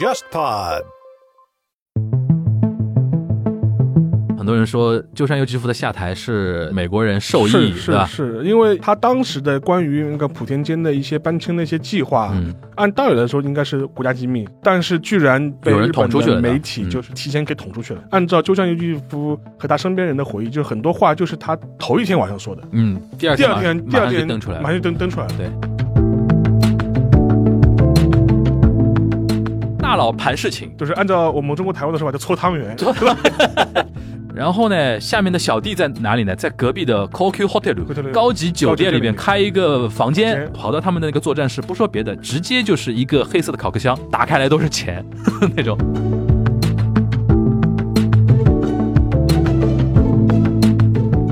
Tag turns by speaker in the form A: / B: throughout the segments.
A: JustPod。
B: 很多人说，鸠山由纪夫的下台是美国人受益，
C: 是
B: 对
C: 是
B: 吧？
C: 是，因为他当时的关于那个普天间的一些搬迁的一些计划，
B: 嗯，
C: 按道理来说应该是国家机密，但是居然被
B: 有人
C: 日
B: 捅
C: 本
B: 出去了
C: 的
B: 的
C: 媒体
B: 嗯
C: 就是提前给捅出去了。按照鸠山由纪夫和他身边人的回忆，就是很多话就是他头一天晚上说的，
B: 嗯，第二
C: 第
B: 天
C: 二天
B: 马
C: 第二
B: 马上
C: 天
B: 就登出来
C: 马
B: 了。
C: 上就登登出来了。
B: 大佬盘事情，
C: 就是按照我们中国台湾的说法，叫搓 汤圆。
B: 然后呢，下面的小弟在哪里呢？在隔壁的 CoQ Hotel
C: Hotel
B: 高级酒店里边
C: 高级酒店里面
B: 开一个房间，
C: 房间
B: 跑到他们的那个作战室，不说别的，直接就是一个黑色的烤克箱，打开来都是钱 那种。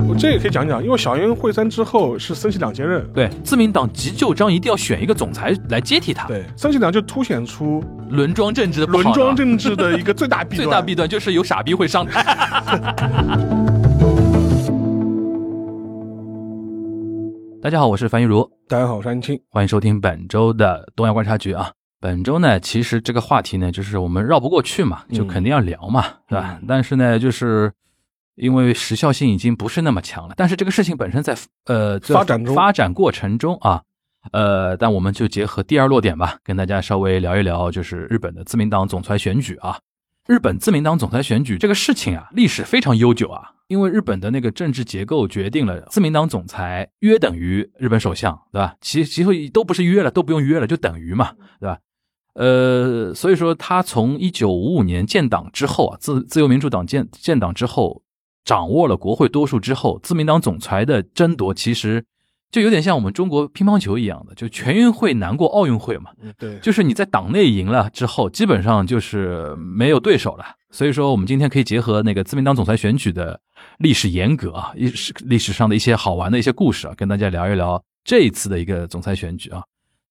C: 我这也可以讲讲，因为小英会三之后是森喜朗接任，
B: 对，自民党急救章一定要选一个总裁来接替他。
C: 对，森喜朗就凸显出
B: 轮庄政治的不好
C: 轮庄
B: 呢
C: 政治的一个最大弊端。
B: 最大弊端就是有傻逼会上台。 大家好，我是樊玉茹，
C: 大家好，我是安青。
B: 欢迎收听本周的东亚观察局啊。本周呢，其实这个话题呢，就是我们绕不过去嘛，就肯定要聊嘛，对吧？但是呢，就是因为时效性已经不是那么强了，但是这个事情本身在呃在
C: 发展中
B: 发展过程中啊，呃，但我们就结合第二落点吧，跟大家稍微聊一聊，就是日本的自民党总裁选举啊。日本自民党总裁选举这个事情啊，历史非常悠久啊，因为日本的那个政治结构决定了自民党总裁约等于日本首相，对吧？其其实都不是约了，都不用约了，就等于嘛，对吧？呃，所以说他从一九五五年建党之后啊，自自由民主党建建党之后，掌握了国会多数之后，自民党总裁的争夺其实就有点像我们中国乒乓球一样的，就全运会难过奥运会嘛。
C: 对，
B: 就是你在党内赢了之后，基本上就是没有对手了。所以说，我们今天可以结合那个自民党总裁选举的历史沿革啊，历史历史上的一些好玩的一些故事啊，跟大家聊一聊这一次的一个总裁选举啊。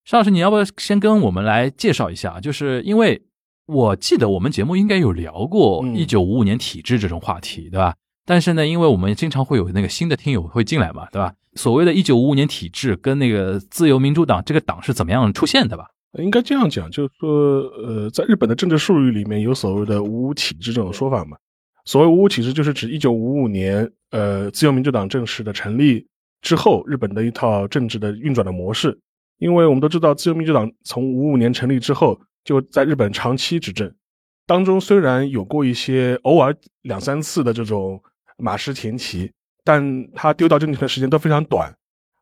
B: 邵老师，你要不要先跟我们来介绍一下？啊就是因为我记得我们节目应该有聊过
C: 嗯
B: 一九五五年体制这种话题，对吧？但是呢，因为我们经常会有那个新的听友会进来嘛，对吧？所谓的一九五五年体制跟那个自由民主党这个党是怎么样出现的吧？
C: 应该这样讲，就是说，呃，在日本的政治术语里面有所谓的“五五体制”这种说法嘛。所谓“五五体制”，就是指一九五五年，呃，自由民主党正式的成立之后，日本的一套政治的运转的模式。因为我们都知道，自由民主党从五五年成立之后，就在日本长期执政，当中虽然有过一些偶尔两三次的这种马失田蹄，但他丢掉政权的时间都非常短，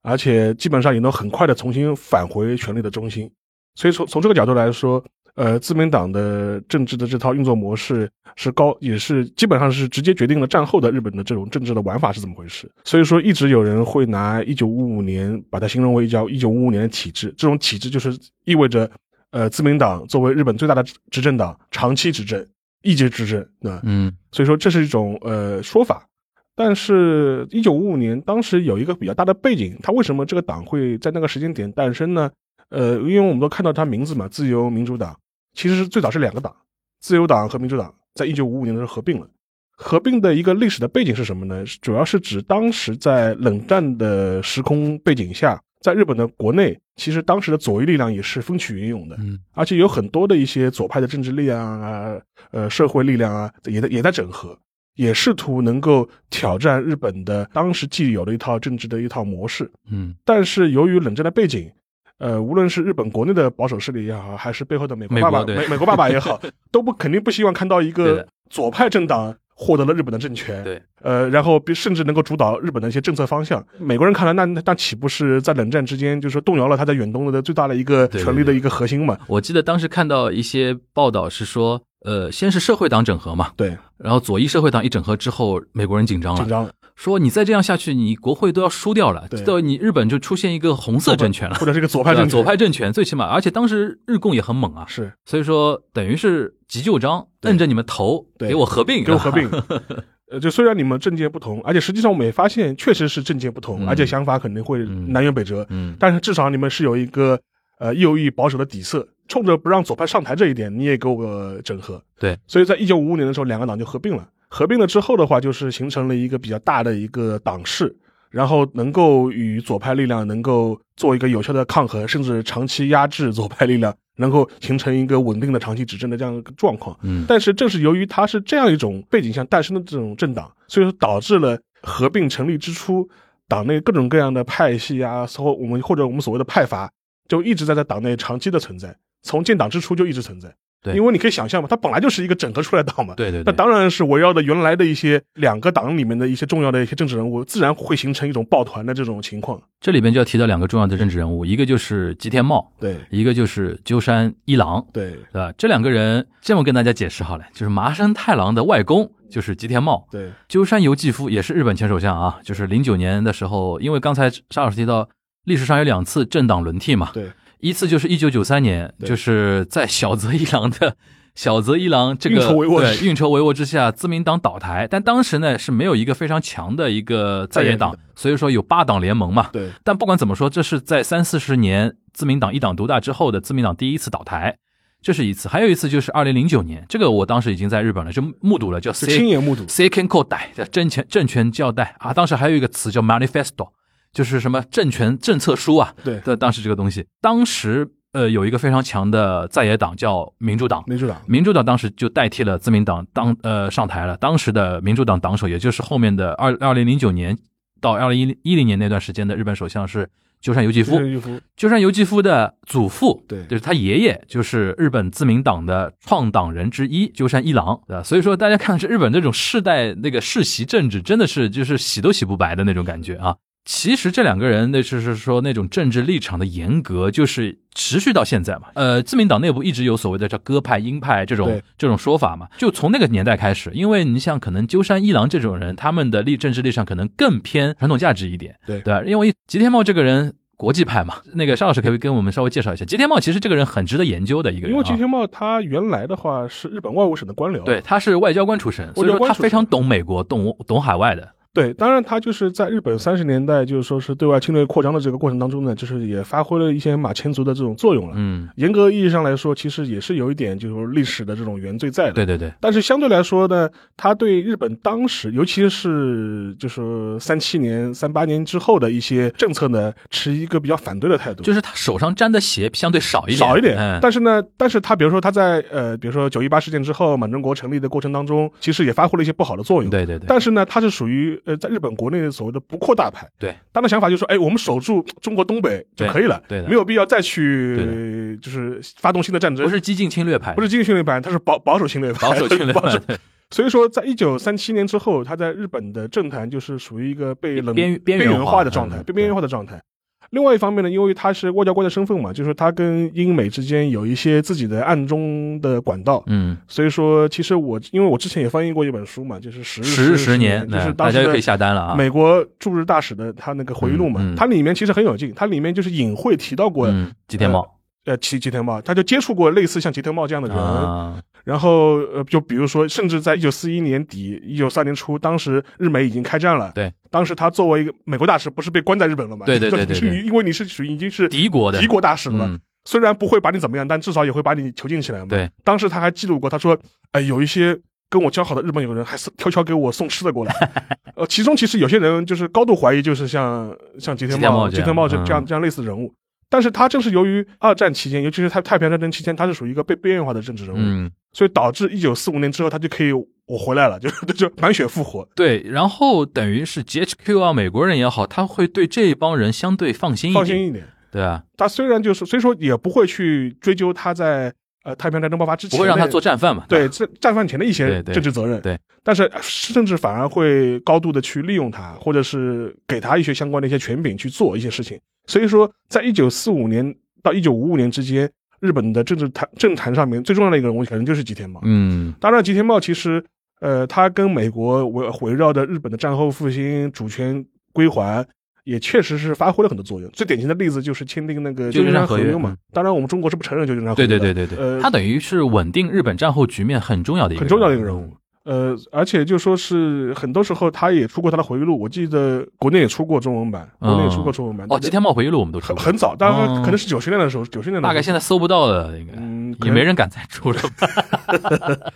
C: 而且基本上也能很快的重新返回权力的中心。所以从从这个角度来说，呃，自民党的政治的这套运作模式是高，也是基本上是直接决定了战后的日本的这种政治的玩法是怎么回事。所以说，一直有人会拿一九五五年把它形容为叫一九五五年的体制，这种体制就是意味着，呃，自民党作为日本最大的执执政党，长期执政，一直执政，对吧？
B: 嗯
C: 所以说这是一种呃说法。但是，一九五五年当时有一个比较大的背景，它为什么这个党会在那个时间点诞生呢？呃，因为我们都看到它名字嘛，自由民主党，其实是最早是两个党，自由党和民主党，在一九五五年的时候合并了。合并的一个历史的背景是什么呢？主要是指当时在冷战的时空背景下，在日本的国内，其实当时的左翼力量也是风起云涌的。
B: 嗯
C: 而且有很多的一些左派的政治力量啊，呃，社会力量啊，也在也在整合，也试图能够挑战日本的当时既有的一套政治的一套模式。
B: 嗯
C: 但是由于冷战的背景，呃，无论是日本国内的保守势力也好，还是背后的美国
B: 美
C: 爸
B: 国
C: 爸
B: 对
C: 美美国爸爸也好，都不肯定不希望看到一
B: 对
C: 个
B: 的
C: 左派政党获得了日本的政权。
B: 对，
C: 呃，然后比甚至能够主导日本的一些政策方向。美国人看来那，那那岂不是在冷战之间，就是说动摇了他在远东的最大的一个
B: 对对
C: 权力的一个核心嘛？
B: 我记得当时看到一些报道是说，呃，先是社会党整合嘛，
C: 对，
B: 然后左翼社会党一整合之后，美国人紧张了，
C: 紧张了，
B: 说你再这样下去，你国会都要输掉了，
C: 对
B: 到你日本就出现一个红色政权了，
C: 或者是一个左派
B: 对吧
C: 政
B: 啊左
C: 权
B: 派政权，最起码，而且当时日共也很猛啊，
C: 是
B: 所以说等于是急救章，
C: 对
B: 摁着你们头，
C: 对
B: 给我合并，
C: 给我合并。
B: 啊
C: 呃，就虽然你们政见不同，而且实际上我们也发现，确实是政见不同，
B: 嗯
C: 而且想法肯定会
B: 嗯
C: 南辕北辙，
B: 嗯，
C: 但是至少你们是有一个呃右翼保守的底色，冲着不让左派上台这一点，你也给我整合。
B: 对，
C: 所以在一九五五年的时候，两个党就合并了。合并了之后的话，就是形成了一个比较大的一个党势。然后能够与左派力量能够做一个有效的抗衡，甚至长期压制左派力量，能够形成一个稳定的长期执政的这样一个状况。
B: 嗯，
C: 但是正是由于它是这样一种背景下诞生的这种政党，所以说导致了合并成立之初，党内各种各样的派系啊，或我们或者我们所谓的派阀，就一直在在党内长期的存在，从建党之初就一直存在。
B: 对
C: 因为你可以想象嘛，它本来就是一个整合出来的党嘛。
B: 对对
C: 那
B: 对，
C: 当然是围绕着原来的一些两个党里面的一些重要的一些政治人物，自然会形成一种抱团的这种情况。
B: 这里边就要提到两个重要的政治人物，一个就是吉田茂，
C: 对
B: 一个就是鸠山一郎，
C: 对
B: 对吧？这两个人这么跟大家解释好了，就是麻生太郎的外公就是吉田茂，
C: 对
B: 鸠山由纪夫也是日本前首相啊，就是零九年的时候，因为刚才沙老师提到历史上有两次政党轮替嘛，
C: 对，
B: 一次就是一九九三年，
C: 对
B: 就是在小泽一郎的小泽一郎这个
C: 运筹帷幄
B: 对运筹帷幄之下，自民党倒台，但当时呢是没有一个非常强的一个在野
C: 在
B: 党
C: 野，
B: 所以说有八党联盟嘛。
C: 对
B: 但不管怎么说，这是在三四十年自民党一党独大之后的自民党第一次倒台，这是一次，还有一次就是二零零九年，这个我当时已经在日本了，就目睹了，叫
C: 就亲
B: C
C: 眼目睹。
B: C K N 扣带叫政权政权交代啊，当时还有一个词叫 manifesto，就是什么政权政策书啊，
C: 对，
B: 的当时这个东西，当时呃有一个非常强的在野党叫民主党，
C: 民主党。
B: 民主党当时就代替了自民党当呃上台了。当时的民主党党首，也就是后面的二二零零九年到二零一零年那段时间的日本首相是鸠山由纪夫。
C: 御夫，
B: 鸠山由纪夫的祖父，
C: 对
B: 就是他爷爷，就是日本自民党的创党人之一鸠山一郎，对吧？所以说，大家看是日本这种世代那个世袭政治，真的是就是洗都洗不白的那种感觉啊。其实这两个人，那就是说那种政治立场的严格，就是持续到现在嘛。呃，自民党内部一直有所谓的叫鸽派、鹰派这种
C: 对
B: 这种说法嘛，就从那个年代开始，因为你像可能鸠山一郎这种人，他们的立政治立场可能更偏传统价值一点，
C: 对
B: 对吧，因为吉田茂这个人国际派嘛，那个沙老师可不可以跟我们稍微介绍一下，吉田茂其实这个人很值得研究的一个人、啊，
C: 因为金天茂他原来的话是日本外务省的官僚，
B: 对，他是外交官出身，所以
C: 外交
B: 说
C: 官
B: 他
C: 出身
B: 非常懂美国、懂懂海外的，
C: 对，当然他就是在日本三十年代，就是说是对外侵略扩张的这个过程当中呢，就是也发挥了一些马前卒的这种作用了。
B: 嗯，
C: 严格意义上来说，其实也是有一点就是历史的这种原罪在的。
B: 对对对，
C: 但是相对来说呢，他对日本当时，尤其是就是三七年、三八年之后的一些政策呢，持一个比较反对的态度，
B: 就是他手上沾的血相对少一点，
C: 少一点。
B: 嗯，
C: 但是呢，但是他比如说他在呃，比如说九一八事件之后，满洲国成立的过程当中，其实也发挥了一些不好的作用。
B: 对对对，
C: 但是呢，他是属于呃，在日本国内所谓的不扩大派。
B: 对，
C: 他的想法就是说，哎，我们守住中国东北就可以了，
B: 对对的
C: 没有必要再
B: 对
C: 去就是发动新的战争。
B: 不是激进侵略派，
C: 不是经济侵略派，他是保保守侵略派，
B: 保 守侵略
C: 保
B: 派
C: 守，所以说，在一九三七年之后，他在日本的政坛就是属于一个被冷
B: 边边
C: 边
B: 缘化
C: 缘化的状态，
B: 嗯
C: 被边缘化的状态。另外一方面呢，因为他是外交官的身份嘛，就是他跟英美之间有一些自己的暗中的管道，
B: 嗯，
C: 所以说，其实我因为我之前也翻译过一本书嘛，就是《十日
B: 十
C: 日
B: 十年，
C: 就
B: 那
C: 嗯是
B: 大
C: 当
B: 家
C: 时
B: 就可以
C: 的
B: 下单了啊。
C: 美国驻日大使的他那个回忆录嘛，
B: 嗯嗯
C: 它里面其实很有劲，它里面就是隐晦提到过，
B: 嗯，吉田茂
C: 呃，吉吉田茂，他就接触过类似像吉田茂这样的人，
B: 啊，
C: 然后呃，就比如说，甚至在一九四一年底、一九三年初，当时日美已经开战了。
B: 对，
C: 当时他作为一个美国大使，不是被关在日本了吗？
B: 对对对对对
C: 你因为你是属于已经是
B: 敌国的
C: 敌国大使了嘛，
B: 嗯，
C: 虽然不会把你怎么样，但至少也会把你囚禁起来嘛。
B: 对，
C: 当时他还记录过，他说，哎，有一些。跟我交好的日本友人还是悄悄给我送吃的 过来，呃，其中其实有些人就是高度怀疑，就是像像吉田
B: 吉田茂
C: 茂、
B: 这样
C: 吉田茂这
B: 嗯
C: 这样这样类似的人物，但是他正是由于二战期间，尤其是太太平洋战争期间，他是属于一个被边缘化的政治人物，
B: 嗯，
C: 所以导致一九四五年之后，他就可以我回来了，就是 就满血复活，
B: 对，然后等于是 GHQ 啊，美国人也好，他会对这帮人相对放心一点，
C: 放心一点。
B: 对啊，
C: 他虽然就是，虽说也不会去追究他在呃太平洋战争爆发之前
B: 不会让他
C: 的
B: 做战犯嘛，
C: 对
B: 吧，
C: 战战犯前的一
B: 对
C: 些
B: 对
C: 政治责任，
B: 对
C: 但是甚至反而会高度的去利用他，或者是给他一些相关的一些权柄去做一些事情。所以说，在一九四五年到一九五五年之间，日本的政治坛政坛上面最重要的一个人物，可能就是吉田茂。
B: 嗯，
C: 当然，吉田茂其实，呃，他跟美国围围绕着日本的战后复兴、主权归还，也确实是发挥了很多作用。最典型的例子就是签订那个
B: 旧
C: 旧
B: 金
C: 金
B: 山
C: 山
B: 合
C: 合
B: 约
C: 约嘛。
B: 嗯
C: 当然，我们中国是不承认旧金山合
B: 对
C: 约的。
B: 对对对对，
C: 呃
B: 他等于是稳定日本战后局面很重要的一个
C: 很重要的一个
B: 人
C: 人物，。呃，而且就说是很多时候他也出过他的回忆录，我记得国内也出过中文版，国内也出过中文版。
B: 哦，吉田茂回忆录我们都知
C: 很
B: 道，
C: 很早，当
B: 哦
C: 然可能是九十年代的时候，九十年代
B: 大概现在搜不到了，应该
C: 在嗯，可
B: 也
C: 能
B: 没人敢再出 了吧。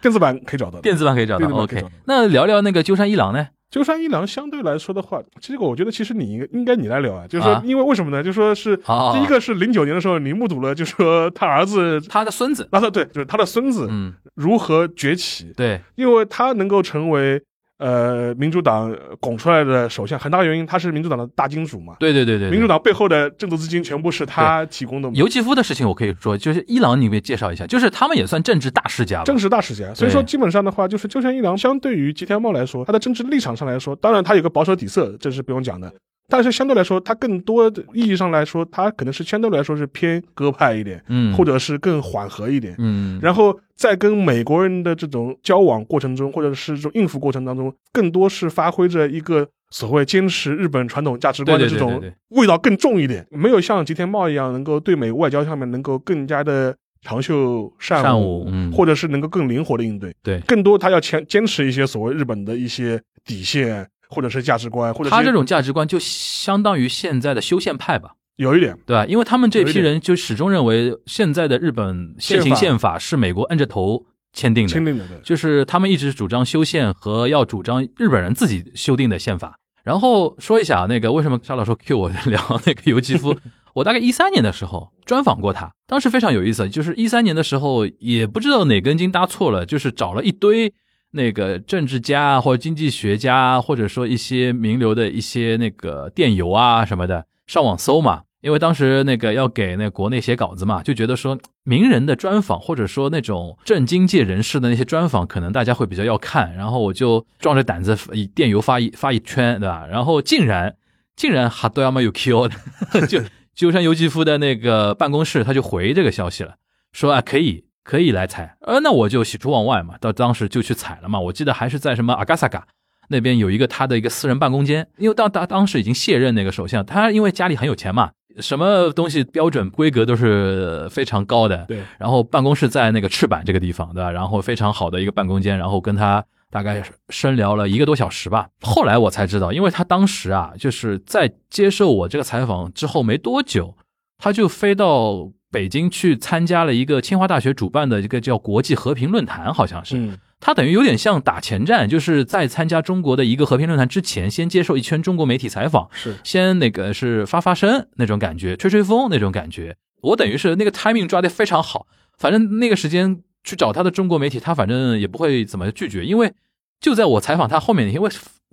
C: 电子版可以找到的。
B: 电子版可以找到
C: 电子版可
B: OK，
C: 以找到
B: 那聊聊那个鸠山一郎呢？
C: 鸠山一郎相对来说的话，这个我觉得其实你应该应该你来聊啊，就是说
B: 啊，
C: 因为为什么呢？就说是
B: 啊
C: 第一个是零九年的时候，你目睹了，就说他儿子，
B: 他的孙子，
C: 那他对，就是他的孙子
B: 嗯，
C: 如何崛起，
B: 对，
C: 因为他能够成为呃民主党拱出来的首相，很大原因他是民主党的大金主嘛，
B: 对对对对，对
C: 民主党背后的政治资金全部是他提供的嘛，
B: 尤其夫的事情，我可以说，就是伊朗，你可以介绍一下，就是他们也算政治大世家吧
C: 政。治大世家，所以说基本上的话，就是鸠山一郎相对于吉田茂来说，他的政治立场上来说，当然他有个保守底色，这是不用讲的。但是相对来说，他更多的意义上来说，他可能是相对来说是偏鸽派一点，
B: 嗯，
C: 或者是更缓和一点。
B: 嗯，
C: 然后在跟美国人的这种交往过程中，或者是这种应付过程当中，更多是发挥着一个所谓坚持日本传统价值观的
B: 对
C: 这
B: 对对
C: 种
B: 对
C: 味道更重一点，没有像吉田茂一样能够对美外交上面能够更加的长袖善
B: 善舞嗯
C: 或者是能够更灵活的应对。
B: 对
C: 更多他要坚坚持一些所谓日本的一些底线，或者是价值观，或者是
B: 他这种价值观就相当于现在的修宪派吧，
C: 有一点
B: 对吧？因为他们这
C: 有一
B: 批
C: 点
B: 人就始终认为现在的日本现行
C: 宪法
B: 宪法是美国摁着头签订
C: 签
B: 的，
C: 订的，对
B: 就是他们一直主张修宪和要主张日本人自己修订的宪法。然后说一下那个为什么沙老师 Q 我 聊那个尤基夫，我大概一三年的时候专访过他，当时非常有意思，就是一三年的时候也不知道哪根筋搭错了，就是找了一堆那个政治家啊或者经济学家啊，或者说一些名流的一些那个电邮啊什么的，上网搜嘛。因为当时那个要给那国内写稿子嘛，就觉得说名人的专访或者说那种政经界人士的那些专访，可能大家会比较要看。然后我就壮着胆子以电邮发一发一圈，对吧？然后竟然竟然哈多亚马有 Q 的， 就鸠山由纪夫的那个办公室，他就回这个消息了，说啊可以可以来采，呃，那我就喜出望外嘛，到当时就去采了嘛。我记得还是在什么阿嘎萨嘎那边有一个他的一个私人办公间，因为当当当时已经卸任那个首相，他因为家里很有钱嘛，什么东西标准规格都是非常高的，
C: 对，
B: 然后办公室在那个赤坂这个地方，对吧？然后非常好的一个办公间，然后跟他大概深聊了一个多小时吧。后来我才知道，因为他当时啊，就是在接受我这个采访之后没多久，他就飞到北京去参加了一个清华大学主办的一个叫国际和平论坛，好像是。
C: 嗯，
B: 他等于有点像打前站，就是在参加中国的一个和平论坛之前，先接受一圈中国媒体采访，
C: 是
B: 先那个是发发声那种感觉，吹吹风那种感觉。我等于是那个 timing 抓得非常好，反正那个时间去找他的中国媒体，他反正也不会怎么拒绝，因为就在我采访他后面，因为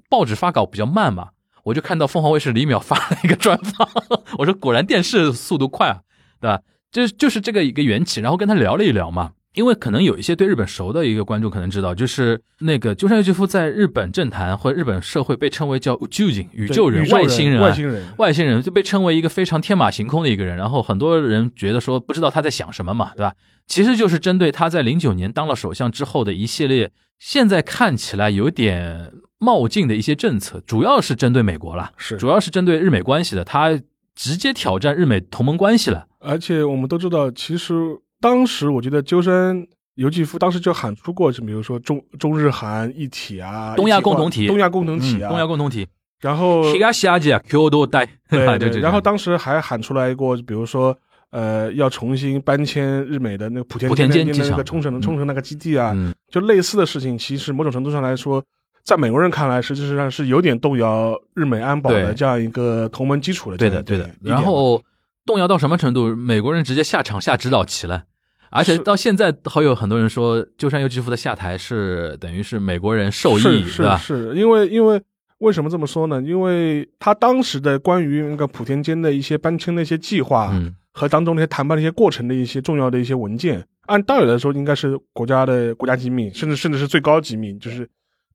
B: 报纸发稿比较慢嘛，我就看到凤凰卫视李淼发了一个专访， 我说果然电视速度快啊，对吧？就是就是这个一个缘起，然后跟他聊了一聊嘛。因为可能有一些对日本熟的一个观众可能知道，就是那个鸠山由纪夫在日本政坛或者日本社会被称为叫宇宙人、宇
C: 对
B: 宙人、
C: 宇宙
B: 外星人、啊
C: 外星人，
B: 外星人就被称为一个非常天马行空的一个人，然后很多人觉得说不知道他在想什么嘛，对吧？其实就是针对他在零九年当了首相之后的一系列，现在看起来有点冒进的一些政策，主要是针对美国啦，
C: 是
B: 主要是针对日美关系的，他直接挑战日美同盟关系了。
C: 而且我们都知道，其实当时我觉得鸠山由纪夫当时就喊出过，就比如说中中日韩一体啊，
B: 东亚
C: 一化
B: 共同体
C: 东亚共同体
B: 嗯，
C: 啊，
B: 东亚共同体，
C: 然后
B: 西亚西亚界 Q 多带，
C: 对
B: 就
C: 对
B: 这
C: 对，
B: 种
C: 然后当时还喊出来过，比如说呃要重新搬迁日美的那个普天
B: 普天
C: 间
B: 间机
C: 的那个
B: 场
C: 冲绳的冲绳那个基地啊，
B: 嗯
C: 就类似的事情，其实某种程度上来说。在美国人看来，实际上是有点动摇日美安保的
B: 对
C: 这样一个同盟基础的
B: 对
C: 这样
B: 的，
C: 一个。
B: 对的。
C: 一点
B: 然后动摇到什么程度？美国人直接下场下指导棋了，而且
C: 是
B: 到现在还有很多人说，鸠山由纪夫的下台是等于是美国人受益，
C: 是
B: 对
C: 是
B: 吧？
C: 是，因为因为为什么这么说呢？因为他当时的关于那个普天间的一些搬迁的一些计划、
B: 嗯，
C: 和当中那些谈判的一些过程的一些重要的一些文件，按道理来说应该是国家的国家机密，甚至甚至是最高机密，就是，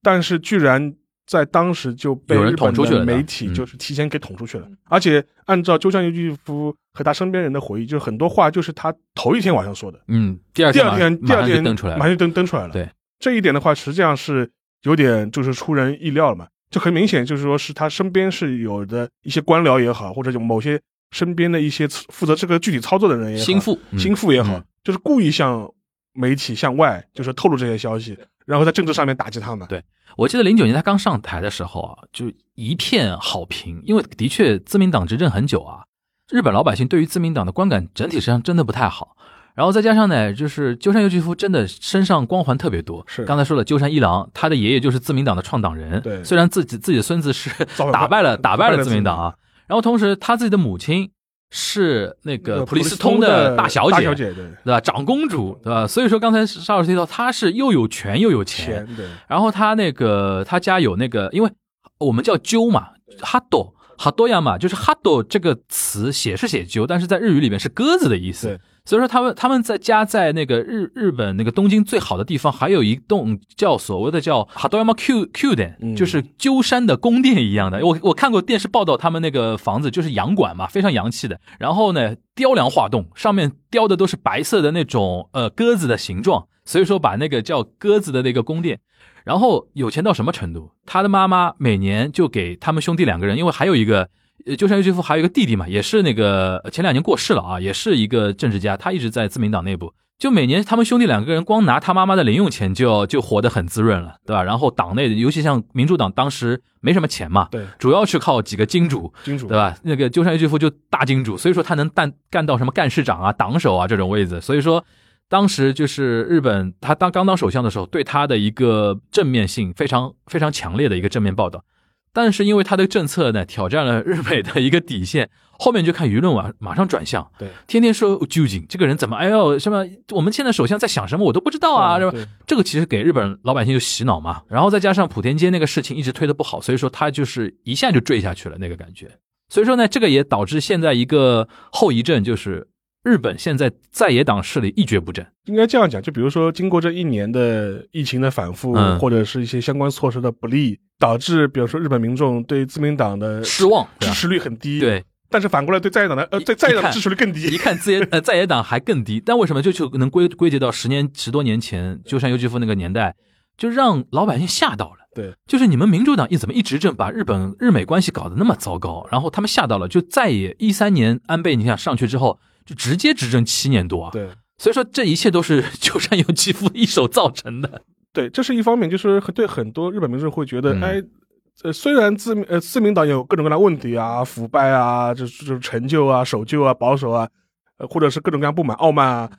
C: 但是居然。在当时就被
B: 有人
C: 日
B: 捅
C: 本
B: 出去
C: 的
B: 了的
C: 媒体
B: 嗯
C: 就是提前给捅出去了，而且按照鸠山由纪夫和他身边人的回忆，就是很多话就是他头一天晚上说的，
B: 嗯，第二
C: 第
B: 天
C: 二
B: 马
C: 天，第
B: 马
C: 二
B: 上就
C: 天
B: 登出来
C: 马
B: 了，
C: 上就登登出来了。
B: 对
C: 这一点的话，实际上是有点就是出人意料了嘛，就很明显就是说是他身边是有的一些官僚也好，或者有某些身边的一些负责这个具体操作的人也好，
B: 心腹，嗯
C: 心腹也好，
B: 嗯
C: 就是故意向媒体向外就是透露这些消息，然后在政治上面打击他们。
B: 对我记得零九年他刚上台的时候啊，就一片好评，因为的确自民党执政很久啊，日本老百姓对于自民党的观感整体上真的不太好。然后再加上呢，就是鸠山由纪夫真的身上光环特别多。
C: 是
B: 刚才说了，鸠山一郎他的爷爷就是自民党的创党人。
C: 对
B: 虽然自己自己的孙子是
C: 造反
B: 打败了打败
C: 打败
B: 了
C: 了
B: 自民党啊，然后同时他自己的母亲是那个
C: 呃
B: 普利
C: 斯
B: 司通
C: 的
B: 大小
C: 姐，大
B: 姐，哎
C: 姐对，
B: 对吧？长公主，对吧？所以说刚才沙老师提到，她是又有权又有钱，
C: 钱对，
B: 然后他那个他家有那个，因为我们叫鸠嘛，哈多哈多亚嘛，就是哈多这个词写是写鸠，但是在日语里面是鸽子的意思
C: 对。
B: 所以说他们他们在家在那个日日本那个东京最好的地方，还有一栋叫所谓的叫哈多亚嘛 Q Q 殿，
C: 嗯
B: 就是鸠山的宫殿一样的。我我看过电视报道，他们那个房子就是洋馆嘛，非常洋气的。然后呢，雕梁画栋，上面雕的都是白色的那种呃鸽子的形状，所以说把那个叫鸽子的那个宫殿。然后有钱到什么程度？他的妈妈每年就给他们兄弟两个人，因为还有一个，呃，鸠山由纪夫还有一个弟弟嘛，也是那个呃前两年过世了啊，也是一个政治家，他一直在自民党内部。就每年他们兄弟两个人光拿他妈妈的零用钱就就活得很滋润了，对吧？然后党内，尤其像民主党当时没什么钱嘛，
C: 对，
B: 主要是靠几个金主，
C: 金主
B: 对？吧？那个鸠山由纪夫就大金主，所以说他能干干到什么干事长啊、党首啊这种位置。所以说，当时就是日本他当刚当首相的时候，对他的一个正面性非常非常强烈的一个正面报道。但是因为他的政策呢，挑战了日本的一个底线，后面就看舆论马马上转向，
C: 对，
B: 天天说究竟这个人怎么，哎呦什么，我们现在首相在想什么，我都不知道啊，是吧？
C: 对
B: 这个其实给日本老百姓就洗脑嘛，然后再加上莆田街那个事情一直推的不好，所以说他就是一下就坠下去了那个感觉。所以说呢，这个也导致现在一个后遗症就是日本现在在野党势力一蹶不振。
C: 应该这样讲，就比如说，经过这一年的疫情的反复，
B: 嗯
C: 或者是一些相关措施的不利，导致比如说日本民众对自民党的
B: 失望对
C: 支
B: 吧
C: 持率很低，，
B: 对，
C: 但是反过来对在野党的呃
B: 一
C: 对在野党
B: 一看
C: 的支持率更
B: 一
C: 低，
B: 看自野呃在野党还更低，但为什么就就能归归结到十年十多年前鸠山由纪夫那个年代，就让老百姓吓到了。
C: 对，
B: 就是你们民主党一怎么一执政，把日本日美关系搞得那么糟糕，然后他们吓到了，就再也一三年安倍你想上去之后，就直接执政七年多啊。
C: 对。
B: 所以说这一切都是 鸠山由纪夫一手造成的。
C: 对，这是一方面，就是很对很多日本民众会觉得，
B: 嗯
C: 哎，呃，虽然自民呃自民党有各种各样的问题啊，腐败啊，这这这陈旧啊、守旧啊、保守啊，呃，或者是各种各样不满、傲慢啊，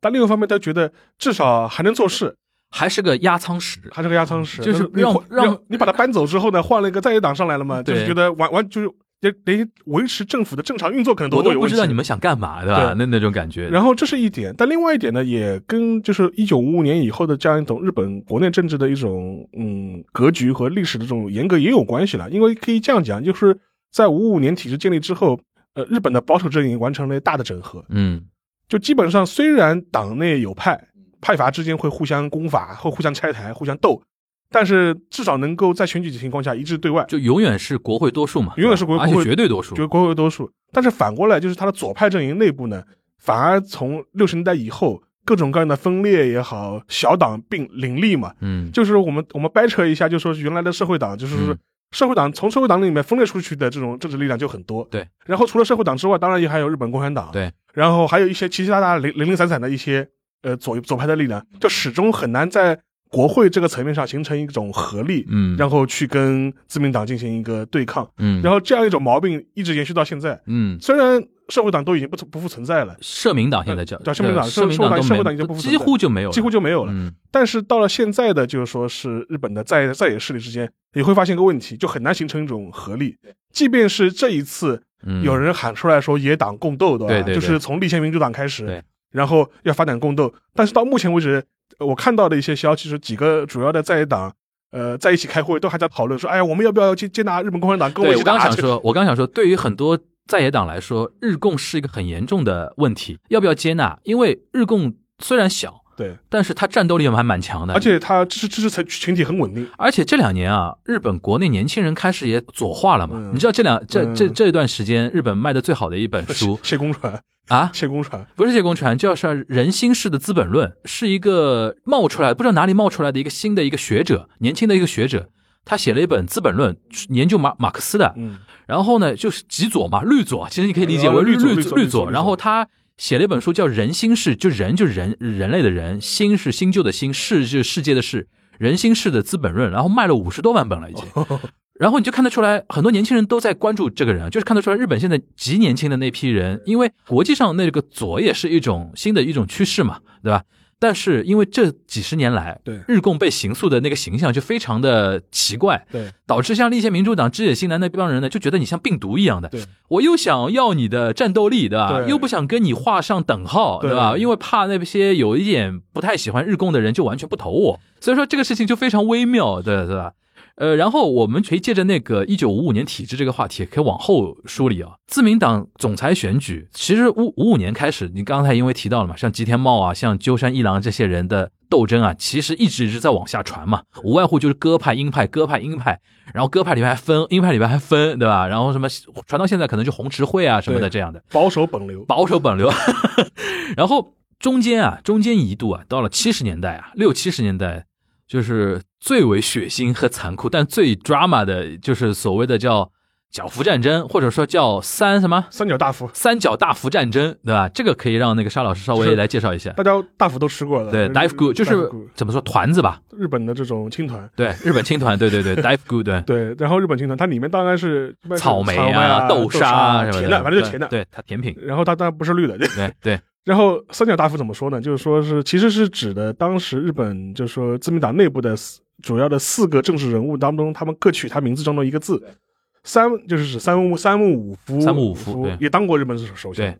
C: 但另一方面，他觉得至少还能做事，
B: 还是个压舱石，
C: 还是个压舱石。
B: 就是
C: 但你
B: 让
C: 换
B: 让
C: 你把他搬走之后呢，换了一个在野党上来了嘛，就是
B: 对
C: 觉得完完就是连连维持政府的正常运作可能都
B: 我
C: 会
B: 都
C: 有
B: 不
C: 问题
B: 知道。你们想干嘛，对吧？
C: 对
B: 那那种感觉。
C: 然后这是一点，但另外一点呢，也跟就是一九五五年以后的这样一种日本国内政治的一种嗯格局和历史的这种严格也有关系了。因为可以这样讲，就是在五五年体制建立之后，呃，日本的保守阵营完成了大的整合，
B: 嗯，
C: 就基本上虽然党内有派派阀之间会互相攻伐，会互相拆台、互相斗，但是至少能够在选举的情况下一致对外，
B: 就永远是国会多数嘛，
C: 永远是国
B: 而
C: 国
B: 且
C: 会
B: 绝对多数
C: 就。是国会多数。但是反过来，就是他的左派阵营内部呢，反而从六十年代以后，各种各样的分裂也好，小党并林立嘛，
B: 嗯，
C: 就是我们我们掰扯一下，就说原来的社会党，就是说
B: 嗯
C: 社会党从社会党里面分裂出去的这种政治力量就很多。
B: 对。
C: 然后除了社会党之外，当然也还有日本共产党。
B: 对。
C: 然后还有一些奇奇杂杂、零零零散散的一些呃左左派的力量，
B: 嗯
C: 就始终很难在国会这个层面上形成一种合力，
B: 嗯，
C: 然后去跟自民党进行一个对抗。
B: 嗯，
C: 然
B: 后
C: 后这样一种毛病一直延续到现在。
B: 嗯，
C: 虽然社会党都已经不存不复存在了，
B: 社民党现在叫
C: 对社民党
B: 呃
C: 社
B: 社民
C: 社会党
B: 都
C: 社
B: 没
C: 会党已经不复存
B: 几
C: 在
B: 乎就没有了，
C: 几乎就没有了。
B: 嗯
C: 但是到了现在的，就是说是日本的在在野势力之间，你会发现一个问题，就很难形成一种合力。即便是这一次
B: 嗯，
C: 有人喊出来说野党共斗，对吧？
B: 对对对
C: 就是从立宪民主党开
B: 对
C: 始，然后要发展共斗，但是到目前为止，呃我看到的一些消息是几个主要的在野党。呃，在一起开会都还在讨论说，哎呀，我们要不要接接纳日本共产党跟我
B: 对
C: 一起
B: 我刚
C: 打？
B: 想说，我刚想说，对于很多在野党来说，日共是一个很严重的问题，要不要接纳？因为日共虽然小，
C: 对，
B: 但是它战斗力还蛮强的，
C: 而且他支持支持层群体很稳定，
B: 而且这两年啊，日本国内年轻人开始也左化了嘛。
C: 嗯
B: 你知道这两这这
C: 嗯
B: 这段时间日本卖的最好的一本书
C: 谢公船，
B: 啊，
C: 谢公船，
B: 不是《谢公传》，就是《人心式的资本论》，是一个冒出来不知道哪里冒出来的一个新的一个学者，年轻的一个学者，他写了一本《资本论》，研究马马克思的。
C: 嗯，
B: 然后呢，就是极左嘛，绿左，其实你可以理解
C: 呃
B: 为
C: 绿左
B: 绿左
C: 绿左
B: 绿
C: 绿左
B: 左。然后他写了一本书叫《人心式》，就人就是人人类的人，心是 新旧的心，世是世界的世，人心式的《资本论》，然后卖了五十多万本了已经。然后你就看得出来，很多年轻人都在关注这个人，就是看得出来日本现在极年轻的那批人，因为国际上那个左也是一种新的一种趋势嘛，对吧？但是因为这几十年来，
C: 对
B: 日共被刑诉的那个形象就非常的奇怪，
C: 对
B: 导致像一些民主党、知野新男那帮人呢，就觉得你像病毒一样的
C: 对，
B: 我又想要你的战斗力，对吧？
C: 对
B: 又不想跟你画上等号，
C: 对
B: 对吧？因为怕那些有一点不太喜欢日共的人就完全不投我，所以说这个事情就非常微妙，对对吧？呃，然后我们可以借着那个一九五五年体制这个话题，可以往后梳理啊。自民党总裁选举，其实五五五年开始，你刚才因为提到了嘛，像吉田茂啊，像鸠山一郎这些人的斗争啊，其实一直一直在往下传嘛，无外乎就是鸽派、鹰派、鸽派、鹰派，然后鸽派里面还分，鹰派里面还分，对吧？然后什么传到现在可能就红池会啊什么的
C: 对
B: 这样的
C: 保守本流，
B: 保守本流， 然后中间啊，中间一度啊，到了七十年代啊，六七十年代，就是最为血腥和残酷，但最 drama 的，就是所谓的叫角福战争，或者说叫三什么
C: 三角大福，
B: 三角大福战争，对吧？这个可以让那个沙老师稍微
C: 是呃
B: 来介绍一下。
C: 大家大福都吃过了，
B: 对
C: 日
B: ，dive good 就
C: 大福
B: 是
C: 菇
B: 怎么说团子吧？
C: 日本的这种青团。
B: 对，日本青团，对对对，dive good 对。
C: 对，然后日本青团它里面当然是一般是
B: 草莓
C: 啊、
B: 啊，豆
C: 沙
B: 沙啊什么
C: 甜的，反正就是甜的。
B: 对，对它甜品，
C: 然后它当然不是绿的，
B: 对对
C: 然后三角大夫怎么说呢？就是说是其实是指的当时日本就是说自民党内部的四主要的四个政治人物当中，他们各取他名字中的一个字。三就是指三木三木武夫，
B: 三木武夫对
C: 也当过日本首首相
B: 对。，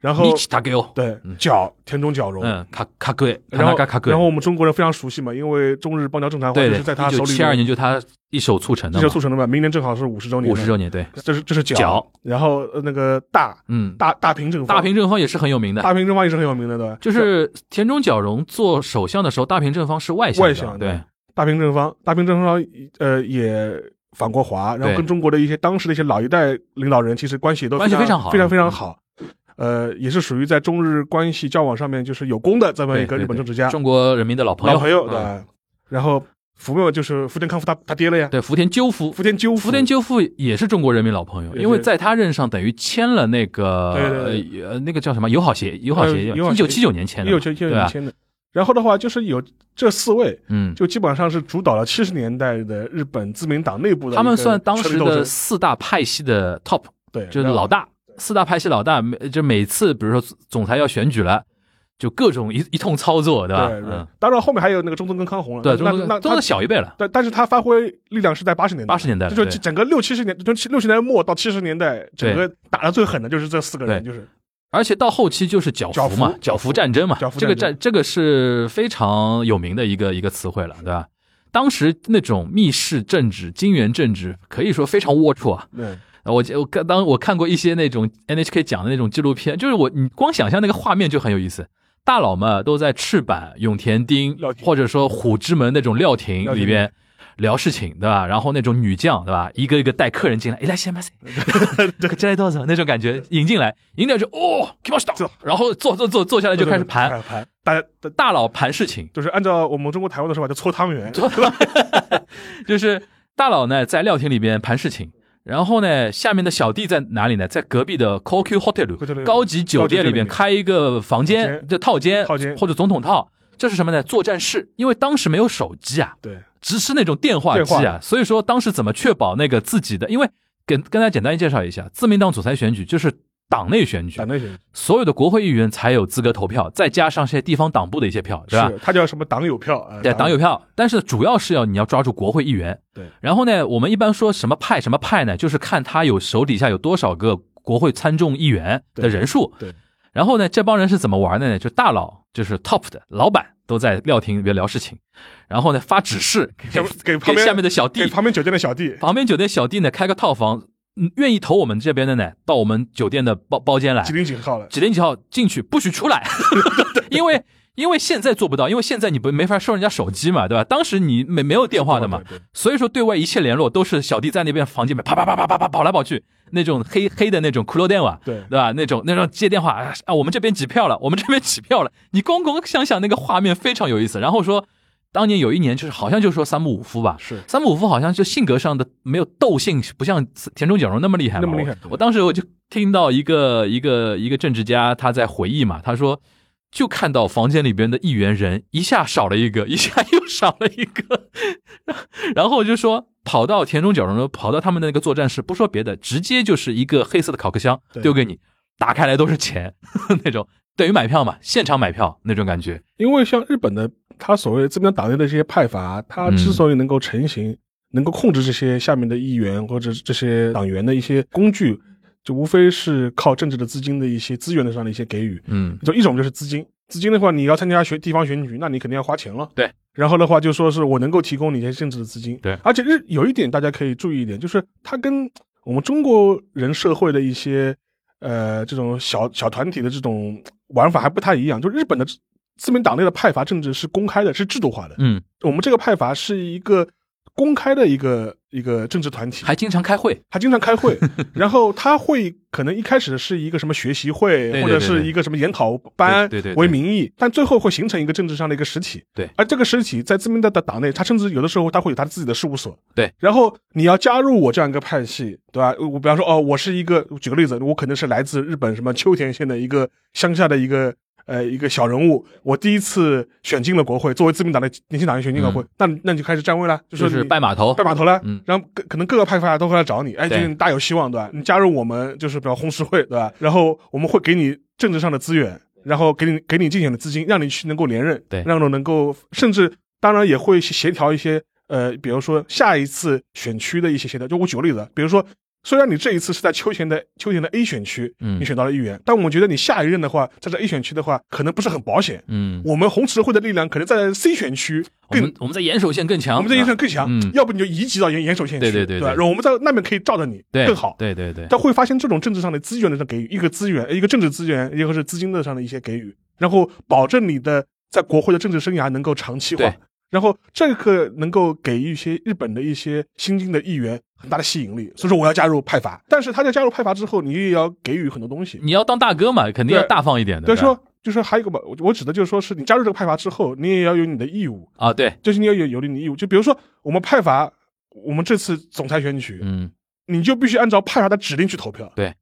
C: 然后
B: 米奇塔给我，
C: 对
B: 嗯
C: 角田中角荣，
B: 嗯，卡卡贵，
C: 然后
B: 卡纳卡贵，
C: 然后我们中国人非常熟悉嘛，因为中日邦交正常化
B: 对
C: 就
B: 对，
C: 是在他手里
B: 七二年就他一手促成的
C: 这
B: 嘛
C: 就，促成的嘛。明年正好是五十周年，
B: 五十周年对，
C: 年，这是这是角
B: 角，
C: 然后呃那个大
B: 嗯，
C: 大大平正方
B: 大平正方也是很有名的，
C: 大平正方也是很有名的，对吧？
B: 就是田中角荣做首相的时候，大平正方是外相的，
C: 外相
B: 对
C: 对大平正方，大平正方呃也访过华，然后
B: 对
C: 跟中国的一些当时的一些老一代领导人其实关系也都
B: 关系
C: 非
B: 非常好
C: 非常非常好。呃，也是属于在中日关系交往上面就是有功的这么一个
B: 对对
C: 日本政治家，
B: 中国人民的老朋友，
C: 老朋友对
B: 嗯
C: 吧？然后福茂就是福田康夫他他爹了呀，
B: 对，福田赳夫。
C: 福田赳
B: 福田赳夫也是中国人民老朋友，
C: 对对
B: 因为在他任上等于签了那个
C: 对对对
B: 呃那个叫什么友好协友好协议
C: 呃友，好
B: 一
C: 协议
B: 九七九年签的
C: 也有
B: 嘛，
C: 签
B: 对啊吧？
C: 签的。然后的话就是有这四位，
B: 嗯，
C: 就基本上是主导了七十年代的日本自民党内部的一个
B: 他们算当时
C: 权力斗
B: 的
C: 争
B: 四大派系的 top，
C: 对，
B: 就是
C: 然后
B: 老大，四大派系老大，每就每次比如说总裁要选举了，就各种一一通操作，对吧？
C: 对对
B: 嗯，，
C: 当然后面还有那个中村跟康弘了，
B: 对，
C: 那那
B: 都
C: 他
B: 都是小一辈了，
C: 但但是他发挥力量是在八十年代，
B: 80年代
C: 就是
B: 对
C: 整个六七十年，就七六十年代末到七十年代，整
B: 对
C: 个打的最狠的就是这四个人，就是
B: 而且到后期就是角
C: 角
B: 服嘛
C: 服，
B: 角服战争嘛
C: 角，服
B: 这个
C: 战
B: 战这个是非常有名的一个一个词汇了，对吧？当时那种密室政治、金元政治，可以说非常龌龊啊！
C: 嗯，
B: 我记我看当我看过一些那种 NHK 讲的那种纪录片，就是我你光想象那个画面就很有意思。大佬们都在赤坂、永田町
C: 料亭
B: 或者说虎之门那种料亭
C: 料亭
B: 里边聊事情，对吧？然后那种女将，对吧？一个一个带客人进来，哎来先 吧，这个来多少那种感觉引进来，引进来就哦 k i m s
C: 坐
B: 然后坐坐坐坐下来就开始盘，
C: 盘，大家
B: 大佬盘事情，
C: 就是按照我们中国台湾的说法叫搓汤圆，
B: 就是大佬呢在料亭里边盘事情，然后呢下面的小弟在哪里呢？在隔壁的 CoQ
C: hotel
B: Hotel 高级酒店里边开一个房
C: 高级酒店里
B: 间，
C: 面
B: 就套间
C: 套间
B: 或者总统套，这是什么呢？作战室，因为当时没有手机啊，
C: 对
B: 只是那种电话机
C: 电
B: 啊，所以说当时怎么确保那个自己的？因为跟跟大家简单介绍一下，自民党总裁选举就是党内选举
C: 党，内选举
B: 所有的国会议员才有资格投票，再加上现在地方党部的一些票，对吧？
C: 是，他叫什么党友票啊，
B: 对，党友票，但是主要是要你要抓住国会议员。
C: 对，
B: 然后呢，我们一般说什么派什么派呢，就是看他有手底下有多少个国会参众议员的人数。
C: 对对
B: 然后呢，这帮人是怎么玩的呢？就大佬，就是 top 的老板都在料亭里边聊事情，然后呢发指示
C: 给给旁
B: 给
C: 边
B: 下面的小弟
C: 给，旁边酒店的小弟，
B: 旁边酒店小弟呢开个套房，嗯，愿意投我们这边的呢，到我们酒店的包包间来
C: 几，零几号了，
B: 几点几号进去不许出来， 因为因为现在做不到，因为现在你不没法收人家手机嘛，对吧？当时你没没有电话的嘛，
C: 对，对
B: 所以说对外一切联络都是小弟在那边房间里面啪啪啪啪啪啪跑来跑去，那种黑黑的那种骷髅电话，
C: 对
B: 对吧？那种那种接电话啊啊，我们这边几票了，我们这边几票了，你光光想想那个画面非常有意思。然后说，当年有一年就是好像就说三木五夫吧，
C: 是
B: 三木五夫好像就性格上的没有斗性，不像田中角荣那么厉害嘛。
C: 那么厉害
B: 我我当时我就听到一个一个一个政治家他在回忆嘛，他说就看到房间里边的议员人一下少了一个， 一下又少了一个， 然后就说跑到田中角荣的，跑到他们的那个作战室，不说别的，直接就是一个黑色的烤克箱
C: 对
B: 丢给你，打开来都是钱 那种，等于买票嘛，现场买票那种感觉。
C: 因为像日本的，它所谓自民党党内的这些派阀，它之所以能够成型，能够控制这些下面的议员或者这些党员的一些工具，就无非是靠政治的资金的一些资源的上的一些给予。
B: 嗯，
C: 就一种就是资金，资金的话，你要参加选地方选举，那你肯定要花钱了。
B: 对，
C: 然后的话就说是我能够提供你一些政治的资金。
B: 对
C: 而且日有一点大家可以注意一点，就是它跟我们中国人社会的一些呃这种小小团体的这种玩法还不太一样，就日本的自自民党内的派阀政治是公开的，是制度化的。
B: 嗯，
C: 我们这个派阀是一个公开的一个一个政治团体，
B: 还经常开会，
C: 他经常开 会，然后他会可能一开始是一个什么学习会，
B: 对对
C: 或者是一个什么研讨班
B: 对对对对
C: 为名义，但最后会形成一个政治上的一个实体。
B: 对
C: 而这个实体在自民党的党内，他甚至有的时候他会有他自己的事务所。
B: 对，
C: 然后你要加入我这样一个派系，对吧？我比方说，哦，我是一个，举个例子，我可能是来自日本什么秋田县的一个乡下的一个。呃，一个小人物，我第一次选进了国会，作为自民党的年轻党员选进了国会，那那你就开始站位了，
B: 嗯
C: 就
B: 就是是
C: 你
B: 拜码头
C: 哦拜，码头了，
B: 嗯
C: 然后各可能各个派阀都会来找你，哎，
B: 对
C: 这你大有希望，对吧？你加入我们就是比较红十会，对吧？然后我们会给你政治上的资源，然后给你给你竞选的资金，让你去能够连任，
B: 对
C: 让你能够甚至当然也会协调一些呃，比如说下一次选区的一些协调。就我举个例子，比如说。虽然你这一次是在秋田的秋田的 A 选区，
B: 嗯
C: 你选到了议员，但我们觉得你下一任的话，在这 A 选区的话，可能不是很保险。
B: 嗯，
C: 我们红十字会的力量可能在 C 选区
B: 我
C: 更
B: 们我们在岩手县更强，
C: 我们在延伸更强，
B: 嗯
C: 要不你就移籍到延延手县去，
B: 对对对
C: 吧
B: 对
C: 然后我们在那边可以罩着你，
B: 对
C: 更好。
B: 对对对，
C: 但会发现这种政治上的资源的给予，一个资源，一个政治资源，一个是资金的上的一些给予，然后保证你的在国会的政治生涯能够长期化
B: 对，
C: 然后这个能够给予一些日本的一些新进的议员很大的吸引力。所以说我要加入派阀，但是他在加入派阀之后，你也要给予很多东西，
B: 你要当大哥嘛，肯定要
C: 对
B: 大方一点嗯的，
C: 所以
B: 吧
C: 说。就是还有一个吧，我我指的就是说是你加入这个派阀之后，你也要有你的义务，
B: 啊，对，
C: 就是你要有有利你义务。就比如说我们派阀，我们这次总裁选举，
B: 嗯，
C: 你就必须按照派阀的指令去投票。
B: 对，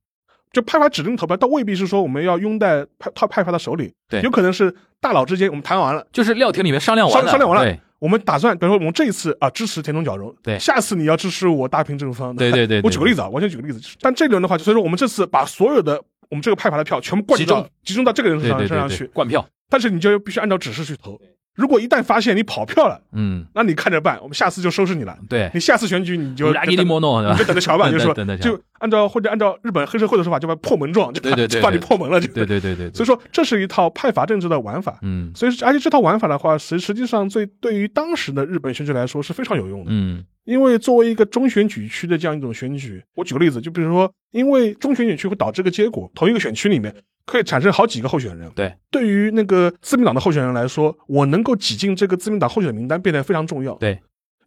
C: 就派阀指令投票，倒未必是说我们要拥戴派派派阀的手里，
B: 对
C: 有可能是大佬之间我们谈完了。
B: 就是料亭里面商量完
C: 商
B: 了，
C: 商量完了
B: 对，
C: 我们打算，比如说我们这一次啊支持田中角荣，
B: 对
C: 下次你要支持我大平正方，
B: 对对对对
C: 我举个例子啊，完全举个例子，但这轮的话，所以说我们这次把所有的我们这个派阀的票全部灌集
B: 集
C: 到集中到这个人身
B: 对
C: 上
B: 对
C: 身上
B: 对对，
C: 去，
B: 灌票，
C: 但是你就必须按照指示去投。如果一旦发现你跑票了，
B: 嗯，
C: 那你看着办，我们下次就收拾你了。
B: 对
C: 你，下次选举你就
B: 拉基利莫诺，对 吧？
C: 你就等着瞧吧，就是说
B: 等着，瞧
C: 就按照或者按照日本黑社会的说法，就把破门撞，就把
B: 对对对对
C: 就把你破门了，就
B: 对对对对，
C: 所
B: 以
C: 以说，这是一套派阀政治的玩法。
B: 嗯
C: 所以，而且这套玩法的话，实实际上最对于当时的日本选举来说是非常有用的。
B: 嗯
C: 因为作为一个中选举区的这样一种选举，我举个例子，就比如说，因为中选举区会导致一个结果，同一个选区里面可以产生好几个候选人。
B: 对，
C: 对于那个自民党的候选人来说，我能够挤进这个自民党候选人名单变得非常重要。
B: 对，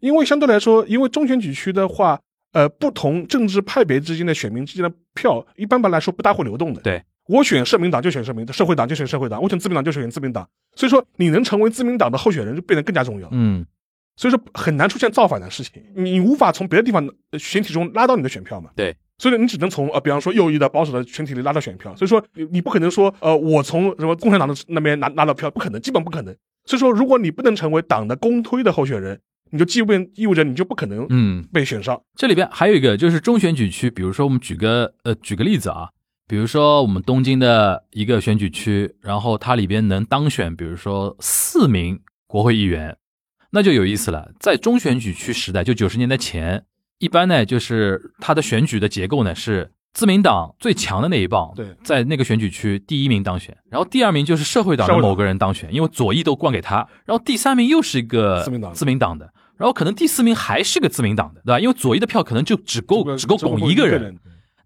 C: 因为相对来说，因为中选举区的话，呃，不同政治派别之间的选民之间的票，一般般来说不大会流动的。
B: 对。
C: 我选社民党就选社民，社会党就选社会党，我选自民党就选自民党。所以说，你能成为自民党的候选人就变得更加重要。
B: 嗯，
C: 所以说很难出现造反的事情，你你无法从别的地方呃群体中拉到你的选票嘛。
B: 对，
C: 所以你只能从呃，比方说右翼的保守的群体里拉到选票。所以说你你不可能说呃，我从什么共产党的那边拿拿到票，不可能，基本不可能。所以说，如果你不能成为党的公推的候选人，你就即便意味着你就不可能
B: 嗯，
C: 被选上。
B: 这里边还有一个就是中选举区，比如说我们举个呃举个例子啊，比如说我们东京的一个选举区，然后它里边能当选，比如说四名国会议员，那就有意思了。在中选举区时代，就九十年代前，一般呢就是它的选举的结构呢是自民党最强的那一棒，
C: 对
B: 在那个选举区第一名当选，然后第二名就是社会党的
C: 社会党
B: 某个人当选，因为左翼都灌给他，然后第三名又是一个
C: 自民党的
B: 自民党的。然后可能第四名还是个自民党的，对吧？因为左翼的票可能就只够只够拱一个人，，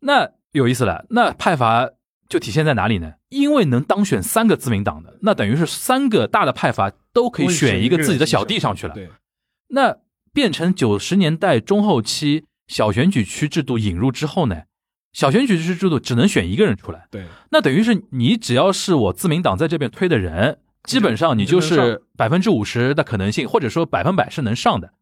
B: 那有意思了。那派阀就体现在哪里呢？因为能当选三个自民党的，那等于是三个大的派阀都可以选一个自己的小弟上去了。
C: 对，
B: 那变成九十年代中后期小选举区制度引入之后呢，小选举区制度只能选一个人出来。
C: 对，
B: 那等于是你只要是我自民党在这边推的人，基本上你就
C: 你就能
B: 是百分之五十的可能性，或者说百分百是能上的。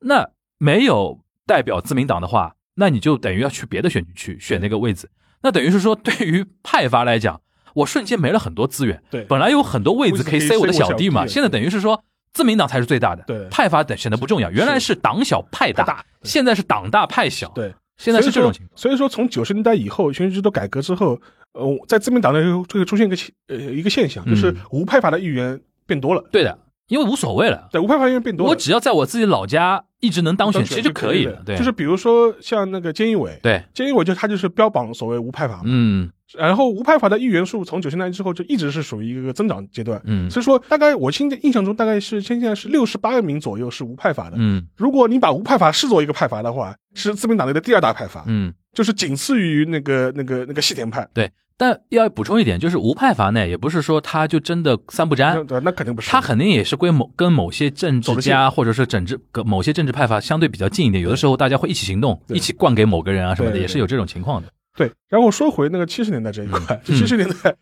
B: 那没有代表自民党的话，那你就等于要去别的选举区选那个位置。那等于是说，对于派阀来讲，我瞬间没了很多资源。
C: 对
B: 本来有很多位
C: 位
B: 置
C: 置
B: 可以
C: 可以
B: 塞我
C: 塞
B: 的
C: 我
B: 小
C: 小
B: 弟嘛，
C: 弟
B: 现在等于是说自民党才是最大的，
C: 对
B: 派阀等显得不重要，原来是党小派大，
C: 派大对
B: 现在是党大派小，，
C: 对，
B: 现在是这种情况。
C: 所以说，所以说从九十年代以后，选举制度改革之后，呃，在自民党内就会出现一个现呃一个现象，就是
B: 嗯
C: 无派阀的议员变多了。
B: 对的，因为无所谓了，
C: 对，无派阀议员变多了，
B: 我只要在我自己老家一直能当选，
C: 当
B: 其
C: 选
B: 实就
C: 可
B: 可以了
C: 了。。
B: 对，
C: 就是比如说像那个菅义伟，
B: 对，
C: 菅义伟就他就是标榜所谓无派阀嘛，
B: 嗯
C: 然后无派阀的议员数从九十年代之后就一直是属于一个增长阶段。
B: 嗯
C: 所以说，大概我现在印象中大概是现在是六十八名左右是无派阀的。
B: 嗯
C: 如果你把无派阀视作一个派阀的话，是自民党内的第二大派阀，
B: 嗯，
C: 就是仅次于那个那个那个细田派。
B: 对。但要补充一点，就是无派阀呢，也不是说他就真的三不
C: 那
B: 沾，
C: 对，那肯定不是。
B: 啊他肯定也是归某跟某些政治
C: 走得
B: 家或者是整治跟某些政治派阀相对比较近一点，有的时候大家会一起行动，
C: 对
B: 一起灌给某个人啊什么的，
C: 对对
B: 也是有这种情况的。
C: 对。然后说回那个七十年代这一块，
B: 嗯
C: 七十年代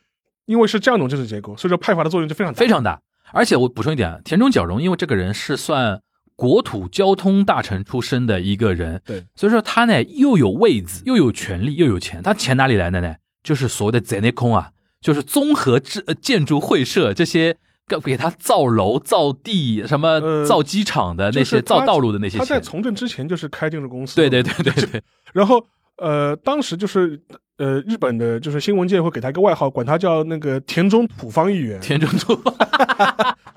C: 因为是这样一种政治结构，所以说派阀的作用就非常大。
B: 非常大。而且我补充一点，田中角荣因为这个人是算国土交通大臣出身的一个人，
C: 对，
B: 所以说他呢又有位子，又有权利，又有钱。他钱哪里来的呢？就是所谓的贼内空啊，就是综合制、呃、建筑会社这些。给给他造楼、造地、什么
C: 呃
B: 造机场的那
C: 就是
B: 些、
C: 他
B: 造道路的那些
C: 他在
B: 钱，
C: 从政之前就是开建筑公司。
B: 对对对对对，
C: 然后呃，当时就是呃，日本的就是新闻界会给他一个外号，管他叫那个田中土方议员，
B: 田中都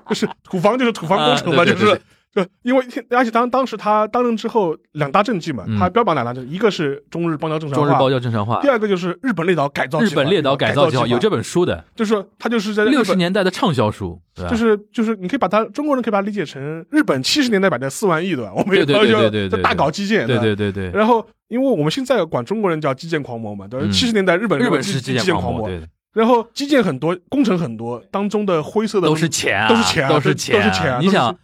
C: 就是土方就是土方工程嘛，
B: 啊对对
C: 就是。
B: 对
C: 就因为而且当当时他担任之后两大政绩嘛，
B: 嗯
C: 他标榜两大政绩，一个是中日邦交正常
B: 中
C: 化，
B: 日邦交正常化
C: 第，二个就是日本列岛改造计划。
B: 日本列岛改造
C: 造
B: 计划有这
C: 本，
B: 本书的，
C: 就是说他就是在日本
B: 六十，年代的畅销书，对吧？
C: 就是就是你可以把它中国人可以把它理解成日本七十年代版的四万亿对吧？我们也
B: 对对
C: 要
B: 对对
C: 要
B: 对对
C: 在大搞基建，
B: 对
C: 吧
B: 对对对，
C: 然后，因为我们现在管中国人叫基建狂魔嘛，对吧
B: 嗯？
C: 七十年代日本人
B: 日本
C: 基
B: 是
C: 基
B: 建
C: 建
B: 狂
C: 魔，
B: 对的。
C: 然后基建很多，工程很多，当中的灰色的
B: 都是钱啊，
C: 都是钱啊
B: 都
C: 对
B: 是钱啊，
C: 都是钱啊
B: 你
C: 都是
B: 想，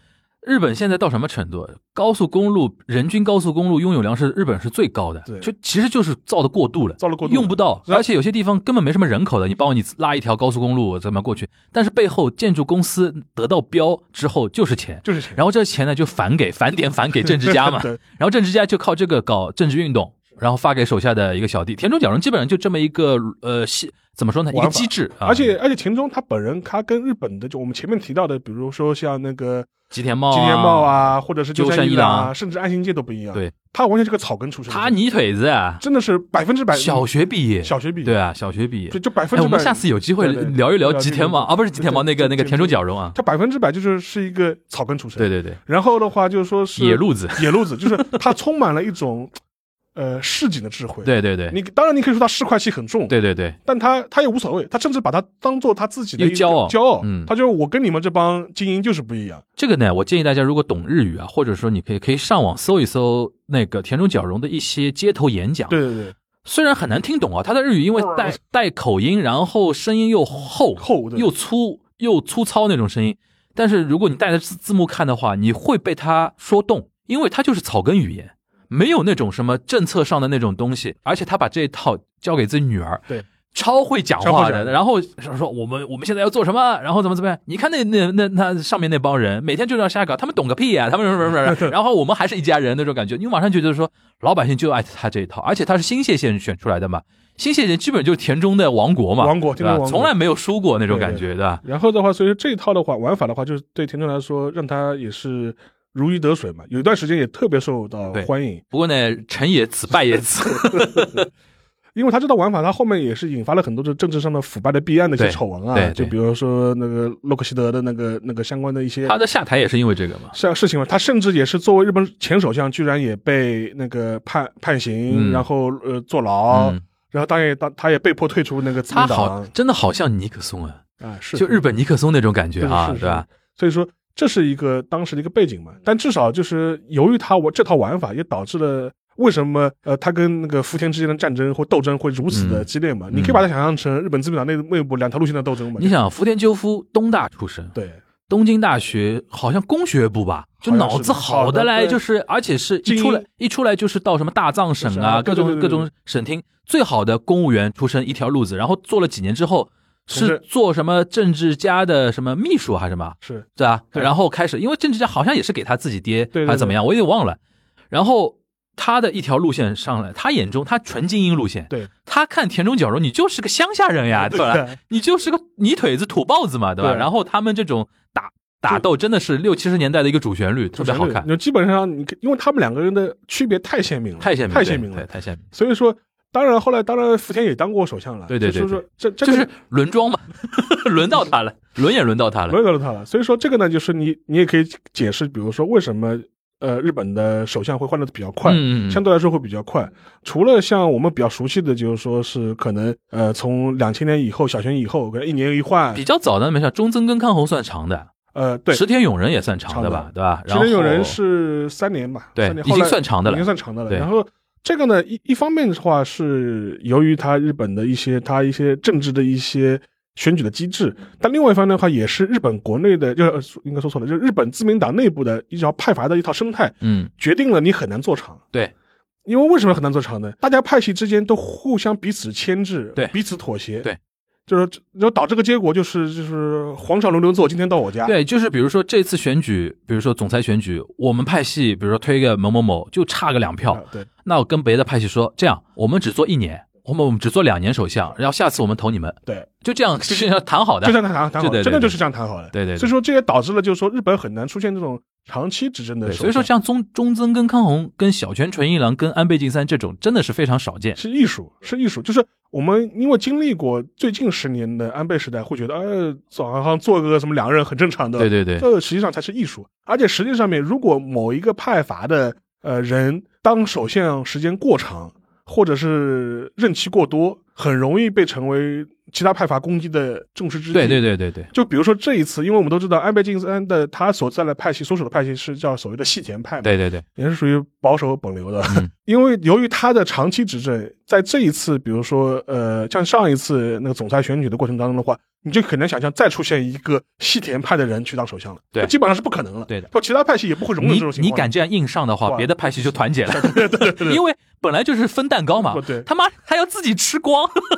B: 日本现在到什么程度？高速公路人均高速公路拥有量是日本是最高的，
C: 对
B: 就其实就是造的过度了，
C: 造了过度
B: 用不到，
C: 然后
B: 而且有些地方根本没什么人口的，你帮我你拉一条高速公路怎么过去？但是背后建筑公司得到标之后就是钱。
C: 就是钱。
B: 然后这钱呢就返给返点返给政治家嘛
C: ，对
B: 然后政治家就靠这个搞政治运动，然后发给手下的一个小弟田中角荣，基本上就这么一个呃系怎么说呢一
C: 玩
B: 个
C: 法
B: 机制，啊
C: 而且而且田中他本人，他跟日本的就我们前面提到的，比如说像那个
B: 吉田茂
C: 吉田茂，啊，或者是鸠
B: 哦鸠山
C: 山
B: 一
C: 一
B: 郎
C: 郎啊，甚至安行介都不一样。
B: 对，
C: 他完全是个草根出身的，
B: 他泥腿子啊，
C: 真的是百分之百
B: 小学毕业，
C: 哎小学毕业，
B: 对啊，小学毕业
C: 就。就百分
B: 哎，
C: 之
B: 我
C: 百。
B: 们下次有机会
C: 对对
B: 聊一聊
C: 聊
B: 吉
C: 这
B: 田
C: 个
B: 茂啊，不是吉田茂，
C: 对
B: 那个
C: 对
B: 那个
C: 对
B: 田中角荣啊，
C: 他百分之百就是是一个草根出身。
B: 对。对对，
C: 然后的话就是说是
B: 野路子，
C: 野路子，就是他充满了一种呃市井的智慧。，
B: 对对对，
C: 你当然你可以说他市侩气很重，
B: 对对对，
C: 但他他也无所谓，他甚至把他当做他自己的
B: 有
C: 一个
B: 骄傲
C: 骄傲，
B: 嗯
C: 他就是我跟你们这帮精英就是不一样。
B: 这个呢，我建议大家如果懂日语啊，或者说你可以可以上网搜一搜那个田中角荣的一些街头演讲，
C: 对对对，
B: 虽然很难听懂啊，他的日语因为带带口音，然后声音又厚
C: 厚对
B: 又粗又粗糙那种声音，但是如果你带着字字幕看的话，你会被他说动，因为他就是草根语言，没有那种什么政策上的那种东西，而且他把这一套交给自己女儿，
C: 对，
B: 超会讲
C: 超
B: 话
C: 会
B: 的。
C: 讲
B: 然后说我们我们现在要做什么，然后怎么怎么样？你看那那那那上面那帮人，每天就这样瞎搞，他们懂个屁呀、他们什么什么什 么。然后我们还是一家人那种感觉，你马上觉得说老百姓就爱他这一套，而且他是新泻县选出来的嘛，新泻县基本就是田中的王国嘛，
C: 王国
B: 对吧
C: 田中王国
B: 从来没有输过那种
C: 对
B: 感
C: 对
B: 觉，对吧？
C: 然后的话，所以说这一套的话玩法的话，就是对田中来说，让他也是如鱼得水嘛。有一段时间也特别受到
B: 对
C: 欢迎，
B: 不过呢，成也此，败也 此，
C: 因为他这套玩法，他后面也是引发了很多这政治上的腐败的弊案的一些
B: 对
C: 丑闻
B: 对
C: 啊，
B: 对
C: 就比如说那个洛克希德的那个那个相关的一些
B: 他的下台也是因为这个嘛。
C: 像事情嘛，他甚至也是作为日本前首相，居然也被那个判判刑，
B: 嗯
C: 然后呃坐牢，
B: 嗯
C: 然后当然也当他也被迫退出那个自
B: 他
C: 民
B: 好，
C: 党
B: 真的好像尼克松啊，
C: 啊，是
B: 就日本尼克松那种感觉啊，
C: 是是
B: 对吧？
C: 所以说这是一个当时的一个背景嘛，但至少就是由于他我这套玩法，也导致了。为什么呃，他跟那个福田之间的战争或斗争会如此的
B: 嗯
C: 激烈嘛？你可以把它想象成日本自民党内内部两条路线的斗争嘛？
B: 你想，福田赳夫东大出身，
C: 对
B: 东京大学好像工学部吧，就
C: 好像
B: 脑
C: 是
B: 子
C: 的
B: 好
C: 好
B: 的
C: 的
B: 嘞，
C: 对
B: 就是而且是一
C: 精
B: 出来
C: 英
B: 一出来就是到什么大藏省
C: 是
B: 啊，
C: 啊
B: 各
C: 对对
B: 种
C: 对对
B: 各种省厅最好的公务员出身一条路子，然后做了几年之后
C: 从
B: 是
C: 事
B: 做什么政治家的什么秘书啊还是什么，
C: 是
B: 对吧？
C: 对
B: 然后开始，因为政治家好像也是给他自己爹
C: 对对
B: 还是怎么样，我也忘了。然后他的一条路线上来，他眼中他纯精英路线，
C: 对
B: 他看田中角荣，你就是个乡下人呀，对吧？
C: 对
B: 你就是个泥腿子土豹子嘛，对吧？
C: 对
B: 然后他们这种打打斗真的是六七十年代的一个主旋律，特别好看，
C: 就基本上你可，因为他们两个人的区别太鲜明了，
B: 太鲜明，
C: 太鲜明
B: 对
C: 了。
B: 太鲜明，
C: 所以说，当然后来，当然福田也当过首相了，
B: 对对对
C: 就是说这这
B: 就
C: 个
B: 是轮装嘛， 轮到他了，轮也轮到他了，
C: 轮到他了。所以说这个呢，就是你你也可以解释，比如说为什么呃日本的首相会换的比较快，
B: 嗯嗯
C: 相
B: 嗯，
C: 对来说会比较快。除了像我们比较熟悉的，就是说是可能呃从两千年以后小泉以后，可能一年一换
B: 比，较早的没事，中曾跟康弘算长的，
C: 呃对，
B: 石田勇人也算长
C: 长
B: 的
C: 的
B: 吧，对吧？
C: 其
B: 然后
C: 实有人是三年吧，
B: 对
C: 三年
B: 已经
C: 后来
B: 算长的了
C: 已经算长的了。
B: 对
C: 然后这个呢，一一方面的话是由于它日本的一些它一些政治的一些选举的机制，但另外一方面的话也是日本国内的，就是应该说错了，就是日本自民党内部的一条派阀的一套生态，
B: 嗯，
C: 决定了你很难做长。
B: 对，
C: 因为为什么很难做长呢？大家派系之间都互相彼此牵制，
B: 对
C: 彼此妥协，
B: 对。
C: 就是，就导致个结果就是，就是皇上轮流坐，今天到我家。啊
B: 对，就是比如说这次选举，比如说总裁选举，我们派系比如说推个某某某，就差个两
C: 啊
B: 票，
C: 对，
B: 那我跟别的派系说，这样我们只做一年，我们我们只做两年首相，然后下次我们投你们，
C: 对，
B: 就这样，就是要谈好的
C: 就，这样谈谈好
B: 对对对
C: 了，真的就是这样谈好了。
B: 对对对
C: 所以说这也导致了，就是说日本很难出现这种长期执政的
B: 对，
C: 首相。
B: 所以说像中中曾跟康弘、跟小泉纯一郎、跟安倍晋三这种，真的是非常少见。
C: 是艺术，是艺术，就是我们因为经历过最近十年的安倍时代，会觉得，呃，好像做个什么两任很正常的。
B: 对对对，
C: 这实际上才是艺术。而且实际上面，如果某一个派阀的呃人当首相时间过长，或者是任期过多，很容易被成为其他派阀攻击的众矢之的。
B: 对对对对对，
C: 就比如说这一次，因为我们都知道安倍晋三的他所在的派系所属的派系是叫所谓的细田派嘛，
B: 对对对，
C: 也是属于保守保留的。
B: 嗯
C: 因为由于他的长期执政，在这一次，比如说呃，像上一次那个总裁选举的过程当中的话，你就很难想象再出现一个细田派的人去当首相了，
B: 对
C: 那基本上是不可能了。
B: 对的
C: 就其他派系也不会容忍
B: 你
C: 这种情
B: 你
C: 况。
B: 敢这样硬上的话，
C: 哇
B: 别的派系就团结了，
C: 对对
B: 因为本来就是分蛋糕嘛
C: 不，哦对
B: 他妈还要自己吃光，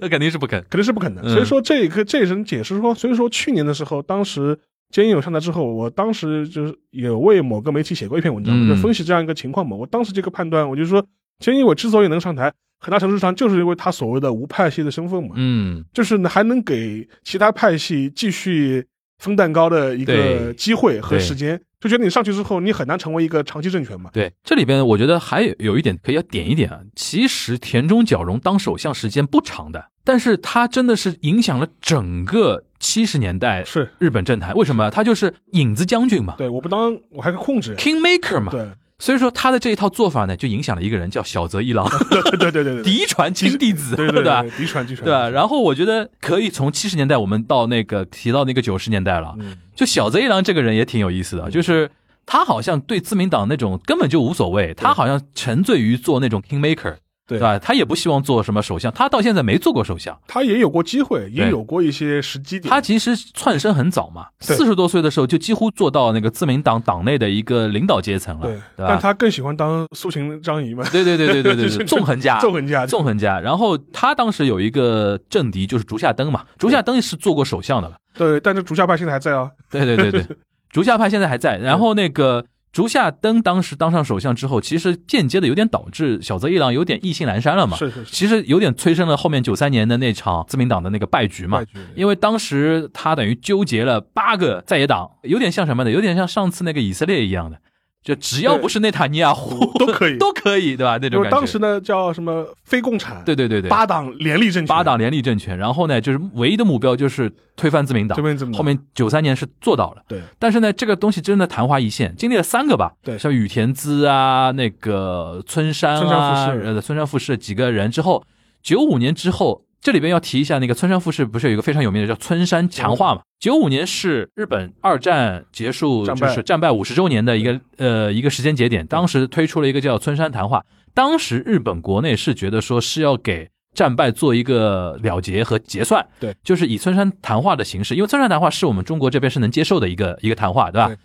B: 那肯定是不肯。
C: 肯定是不可能。
B: 嗯
C: 所以说这一个这也是解释说，所以说去年的时候，当时菅义友上台之后，我当时就是也为某个媒体写过一篇文章，
B: 嗯
C: 就分析这样一个情况嘛。我当时这个判断，我就说菅义伟之所以能上台，很大程度上就是因为他所谓的无派系的身份嘛，
B: 嗯，
C: 就是呢还能给其他派系继续分蛋糕的一
B: 对
C: 个机会和
B: 对
C: 时间。就觉得你上去之后，你很难成为一个长期政权嘛。
B: 对，这里边我觉得还有有一点可以要点一点啊。其实田中角荣当首相时间不长的，但是他真的是影响了整个七十年代
C: 是
B: 日本政坛。为什么？他就是影子将军嘛
C: 对，我不当我还可以控 制。
B: ，king maker 嘛。
C: 对，
B: 所以说他的这一套做法呢，就影响了一个人叫小泽一 郎，
C: 对对对对对对，
B: 嫡传亲弟子，
C: 对对
B: 吧
C: 对，？嫡传嫡传，
B: 对啊吧？然后我觉得可以从七十年代我们到那个提到那个九十年代了，
C: 嗯
B: 就小泽一郎这个人也挺有意思的，就是他好像对自民党那种根本就无所谓，他好像沉醉于做那种 king maker，
C: 对
B: 吧？他也不希望做什么首相，他到现在没做过首相。
C: 他也有过机会，也
B: 对
C: 有过一些时机点。
B: 他其实窜升很早嘛，
C: 对
B: 四十多岁的时候就几乎做到那个自民党党内的一个领导阶层了，
C: 对，
B: 对
C: 但
B: 吧？
C: 他更喜欢当苏秦、张仪嘛，
B: 对对对对对对
C: 就
B: 对，
C: 是
B: 纵横家，
C: 纵横家。
B: 纵横家。然后他当时有一个政敌就是竹下登嘛，竹下登是做过首相的了。
C: 对，但是竹下派现在还在啊。
B: 对对对对，竹下派现在还
C: 嗯
B: 在。然后那个竹下登当时当上首相之后，其实间接的有点导致小泽一郎有点意兴阑珊了嘛。
C: 是是是，
B: 其实有点催生了后面九三年的那场自民党的那个败局嘛
C: 败，局
B: 因为当时他等于纠结了八个在野党，有点像什么呢？有点像上次那个以色列一样的，就只要
C: 对
B: 不是内塔尼亚胡
C: 都可 以
B: 都可以，对吧？那
C: 因
B: 种感
C: 为
B: 觉。
C: 当时呢叫什么非共产，
B: 对对对对，
C: 八党联立政权，
B: 八党联立政权，然后呢，就是唯一的目标就是推翻自民党
C: 这。边怎么
B: 后面九三年是做到了，
C: 对
B: 但是呢，这个东西真的昙花一现，经历了三个吧，
C: 对
B: 像羽田孜啊，那个村山
C: 村
B: 啊，
C: 山富士
B: 呃，村山富士几个人之后，九五年之后，这里边要提一下，那个村山富士不是有一个非常有名的叫村山强化嘛？九五年是日本二战结束，
C: 战
B: 就
C: 败
B: 是战败五十周年的一个呃一个时间节点，当时推出了一个叫村山谈话，当时日本国内是觉得说是要给战败做一个了结和结算，
C: 对，
B: 就是以村山谈话的形式，因为村山谈话是我们中国这边是能接受的一个一个谈话，对吧？
C: 对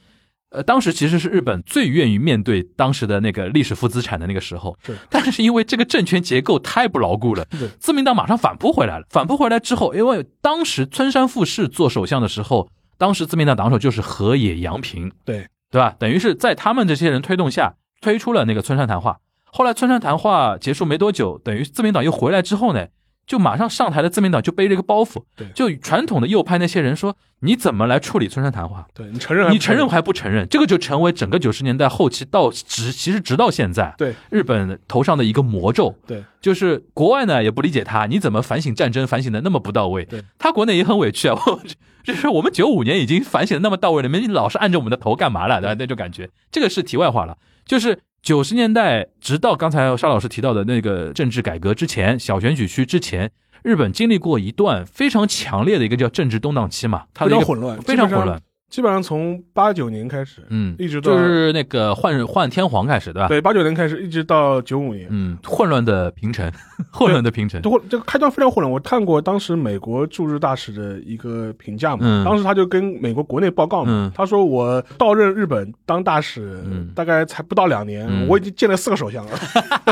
B: 呃，当时其实是日本最愿意面对当时的那个历史负资产的那个时候，
C: 是
B: 但是因为这个政权结构太不牢固了
C: 对，
B: 自民党马上反扑回来了。反扑回来之后，因为当时村山富士做首相的时候，当时自民党党首就是河野洋平，
C: 对
B: 对吧？等于是在他们这些人推动下，推出了那个村山谈话。后来村上谈话结束没多久，等于自民党又回来之后呢，就马上上台的自民党就背着一个包袱
C: 对，
B: 就传统的右派那些人说，你怎么来处理村上谈话？
C: 对你承认还
B: 你
C: 不
B: 承认还不承认？这个就成为整个九十年代后期到直，其实直到现在，
C: 对
B: 日本头上的一个魔咒。
C: 对
B: 就是国外呢也不理解他，你怎么反省战争反省的那么不到位？
C: 对，
B: 他国内也很委屈啊。 我就是我们九五年已经反省的那么到位了，你们老是按着我们的头干嘛了？对吧？那种感觉，这个是题外话了。就是九十年代，直到刚才沙老师提到的那个政治改革之前，小选举区之前，日本经历过一段非常强烈的一个叫政治动荡期嘛，它
C: 非
B: 的一
C: 常
B: 个
C: 混乱，
B: 非常
C: 基
B: 混
C: 本上
B: 乱，。
C: 基本上从八九年开始，
B: 嗯，
C: 一直到
B: 就是那个换换天皇开始，对吧？
C: 对八九年开始一直到九五年，
B: 嗯，混乱的平成， 混乱的平成
C: 这，混这个开端非常混乱。我看过当时美国驻日大使的一个评价嘛，
B: 嗯
C: 当时他就跟美国国内报告嘛，
B: 嗯
C: 他说我到任日本当大使、
B: 嗯
C: 大概才不到两年，
B: 嗯
C: 我已经见了四个首相了。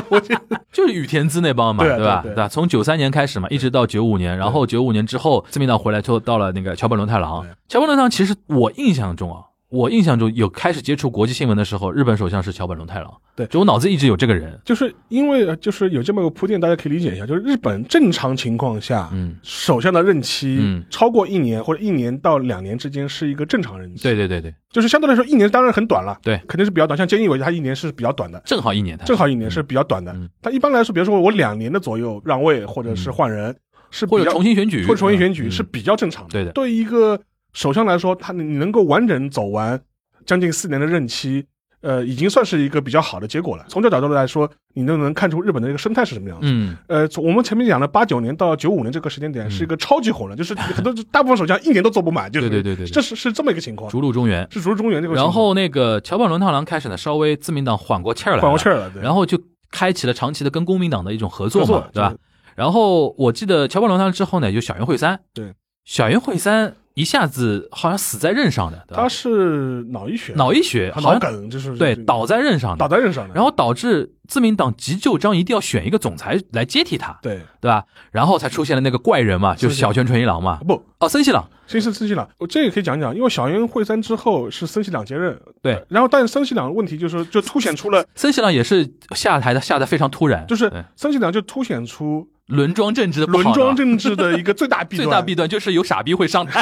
B: 就是羽田滋那帮嘛，
C: 对啊
B: 吧？
C: 对对
B: 吧？从九三年开始嘛，一直到九五年，然后九五年之后，自民党回来之后，到了那个桥本龙太郎
C: 对。
B: 桥本龙太郎其实我印象中啊，我印象中有开始接触国际新闻的时候，日本首相是桥本龙太郎。
C: 对
B: 就我脑子一直有这个人。
C: 就是因为呃就是有这么个铺垫，大家可以理解一下，就是日本正常情况下。
B: 嗯，
C: 首相的任期
B: 嗯
C: 超过一年或者一年到两年之间是一个正常任期，
B: 对对对对，
C: 就是相对来说一年当然很短了，
B: 对
C: 肯定是比较短。像菅义伟他一年是比较短的，
B: 正好一年他
C: 正好一年是比较短的
B: 嗯。
C: 但一般来说，比如说我两年的左右让位或者是换人，是
B: 嗯或
C: 比
B: 者
C: 较
B: 重新选举，
C: 或者重新选举
B: 嗯
C: 是比较正常的。
B: 对的
C: 对于一个首相来说，他你能够完整走完将近四年的任期，呃，已经算是一个比较好的结果了。从这角度来说，你都能看出日本的这个生态是什么样子。
B: 嗯，
C: 呃，从我们前面讲的八九年到九五年这个时间点是一个超级混 乱，就是很多大部分首相一年都做不满，就是
B: 对对对对对
C: 这是是这么一个情况，
B: 逐鹿中原。
C: 是竹中原这个情况。
B: 然后那个桥本龙太郎开始呢，稍微自民党缓过气儿来了，
C: 缓过气儿了，对，
B: 然后就开启了长期的跟公民党的一种合作
C: 合作
B: 嘛，对吧
C: 对？
B: 然后我记得乔巴龙他之后呢，有小圆会三，
C: 对，
B: 小圆会三一下子好像死在任上的，对吧
C: 他？是脑溢血，
B: 脑溢血，
C: 他
B: 好
C: 脑
B: 像
C: 梗就是
B: 对
C: 这个
B: 倒在任上
C: 倒
B: 的，
C: 在任上的，
B: 然后导致自民党急救章一定要选一个总裁来接替他，
C: 对
B: 对吧？然后才出现了那个怪人嘛，就是
C: 是
B: 小泉纯一郎嘛，
C: 不，
B: 哦，森西朗，
C: 森西森西朗，我这也可以讲讲，因为小渊惠三之后是森西朗接任，
B: 对
C: 呃然后但是森西朗的问题就是就凸显出了，
B: 森西朗也是下台的，下的非常突然，
C: 就是
B: 对
C: 森西朗就凸显出
B: 轮庄政治的不
C: 轮
B: 好
C: 庄
B: 的
C: 政治的一个最大弊
B: 最
C: 端，
B: 大弊端就是有傻逼会上台，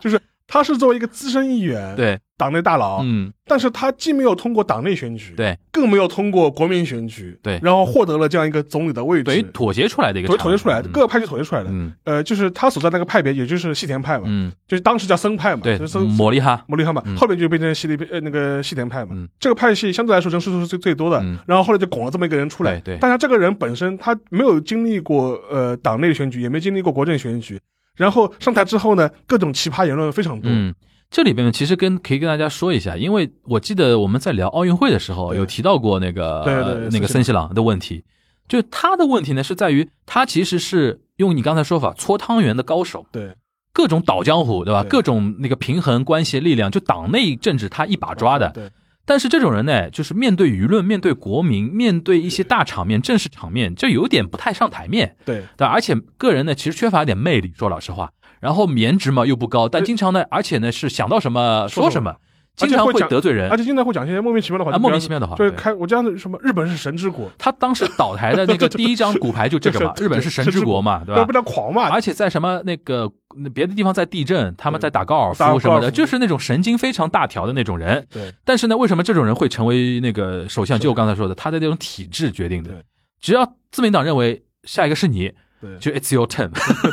C: 就是他是作为一个资深议员，
B: 对，
C: 党内大佬，
B: 嗯，
C: 但是他既没有通过党内选举，，
B: 对，
C: 更没有通过国民选举，
B: 对
C: 然后获得了这样一个总理的位置，
B: 等于妥协出来的一个
C: 所
B: 产
C: 以
B: 物，
C: 妥协出来的，
B: 嗯
C: 各个派系妥协出来的，
B: 嗯
C: 呃，就是他所在那个派别，也就是啊细田派嘛，
B: 嗯，
C: 就是当时叫森派嘛，
B: 对
C: 就是，森
B: 摩利哈，
C: 摩利汉嘛，
B: 嗯
C: 后面就变成西里呃那个西田派嘛。
B: 嗯
C: 这个派系相对来说人数是最最多的，
B: 嗯
C: 然后后来就拱了这么一个人出来。
B: 对对
C: 但他这个人本身他没有经历过呃党内选举，也没经历过国政选举，然后上台之后呢，各种奇葩言论非常多。
B: 嗯，这里边呢，其实跟可以跟大家说一下，因为我记得我们在聊奥运会的时候
C: 对
B: 有提到过那个
C: 对对对
B: 呃那
C: 森西
B: 个
C: 朗
B: 森西朗的问题，就他的问题呢是在于他其实是用你刚才说法搓汤圆的高手。
C: 对，
B: 各种倒江湖，对吧？
C: 对
B: 各种那个平衡关系力量，就党内政治他一把抓的。
C: 对，
B: 但是这种人呢，就是面对舆论、面对国民、面对一些大场面、正式场面，就有点不太上台面。
C: 对，
B: 对，而且个人呢，其实缺乏一点魅力，说老实话。然后颜值嘛又不高，但经常呢，而且呢是想到什么说什么，
C: 说什么
B: 经常
C: 而且会
B: 会
C: 讲
B: 得罪人
C: 而且经常会讲一些莫名其妙的话，
B: 啊，莫名其妙的
C: 妙
B: 话。
C: 就是
B: 对
C: 开我这样的什么日本是神之国，
B: 他当时倒台的那 个第一张骨牌就这个嘛，
C: 就是
B: 日本是神之国嘛，对
C: 要
B: 吧啊
C: 不？然狂骂。
B: 而且在什么那个别的地方在地震，他们在打高尔
C: 打高
B: 夫
C: 尔夫
B: 什么的，就是那种神经非常大条的那种人。
C: 对，
B: 但是呢，为什么这种人会成为那个首相？就我刚才说的，他的那种体制决定
C: 对
B: 的。只要自民党认为下一个是你，
C: 对
B: 就 it's your turn，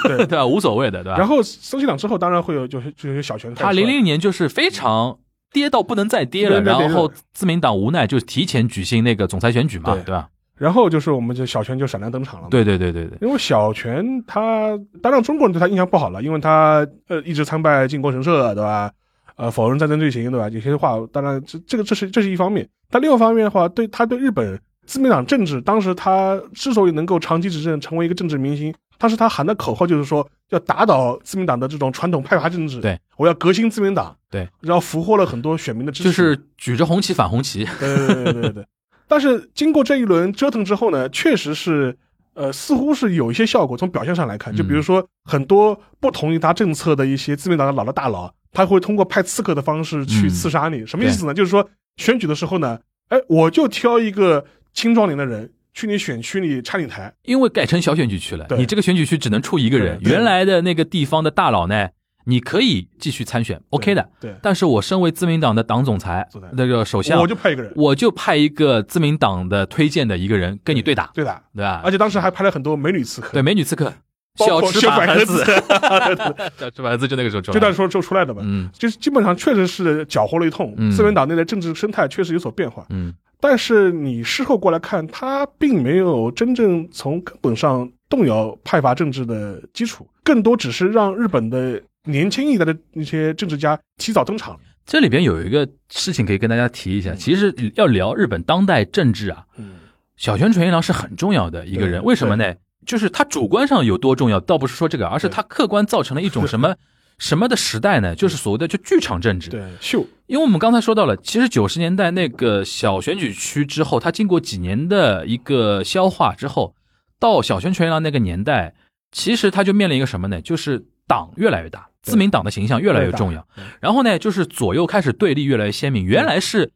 C: 对
B: 对吧？无所谓的，对吧？
C: 然后森西朗之后，当然会有就是就是小泉开始
B: 他零零年就是非常跌到不能再跌了，
C: 不能再跌
B: 然
C: 了
B: 后自民党无奈就提前举行那个总裁选举嘛，
C: 对
B: 对吧？
C: 然后就是我们就小泉就闪亮登场了嘛。
B: 对对对对对，
C: 因为小泉他，当然中国人对他印象不好了，因为他呃一直参拜靖国神社，对吧？呃，否认战争罪行，对吧？有些话，当然这这个这是这是一方面，但另一方面的话，对他对日本自民党政治，当时他之所以能够长期执政，成为一个政治明星，当时他喊的口号就是说要打倒自民党的这种传统派阀政治，
B: 对，
C: 我要革新自民党，
B: 对，
C: 然后俘获了很多选民的支持，
B: 就是举着红旗反红旗，
C: 对对对对对 对。但是经过这一轮折腾之后呢，确实是，呃，似乎是有一些效果。从表现上
B: 嗯
C: 来看，就比如说很多不同意他政策的一些自民党的老的大佬，他会通过派刺客的方式去
B: 嗯
C: 刺杀你。什么意思呢？就是说选举的时候呢，哎，我就挑一个青壮年的人去你选区里插你台，
B: 因为改成小选举区了，
C: 对
B: 你这个选举区只能出一个人。
C: 对对
B: 原来的那个地方的大佬呢，你可以继续参选，OK 的。
C: 对，
B: 但是我身为自民党的党总裁
C: 总裁，
B: 那个首相，
C: 我就派一个人，
B: 我就派一个自民党的推荐的一个人跟你对打，
C: 对的，
B: 对吧？
C: 而且当时还拍了很多美女刺客，
B: 啊对，美女刺客
C: 包
B: 小
C: 括
B: 池
C: 小
B: 百
C: 百
B: 合
C: 合
B: 子
C: 子， 对对对
B: 小池百合子就那个时候出来
C: 这段
B: 的，
C: 时候就出来的嘛，
B: 嗯
C: 就是基本上确实是搅和了一通
B: 嗯，
C: 自民党内的政治生态确实有所变化，
B: 嗯，
C: 但是你事后过来看，他并没有真正从根本上动摇派阀政治的基础，更多只是让日本的年轻一代的那些政治家提早登场。
B: 这里边有一个事情可以跟大家提一下，其实要聊日本当代政治啊，
C: 嗯，
B: 小泉纯一郎是很重要的一个人，
C: 对
B: 为什么呢？就是他主观上有多重要，倒不是说这个，而是
C: 对
B: 他客观造成了一种什 么什么的时代呢？就是所谓的就剧场政治。
C: 对，秀，
B: 因为我们刚才说到了，其实九十年代那个小选举区之后，它经过几年的一个消化之后，到小泉纯一郎那个年代，其实他就面临一个什么呢？就是党越来越大，
C: 对
B: 自民党的形象越来越重要
C: 对大嗯，
B: 然后呢，就是左右开始对立越来越鲜明。原来是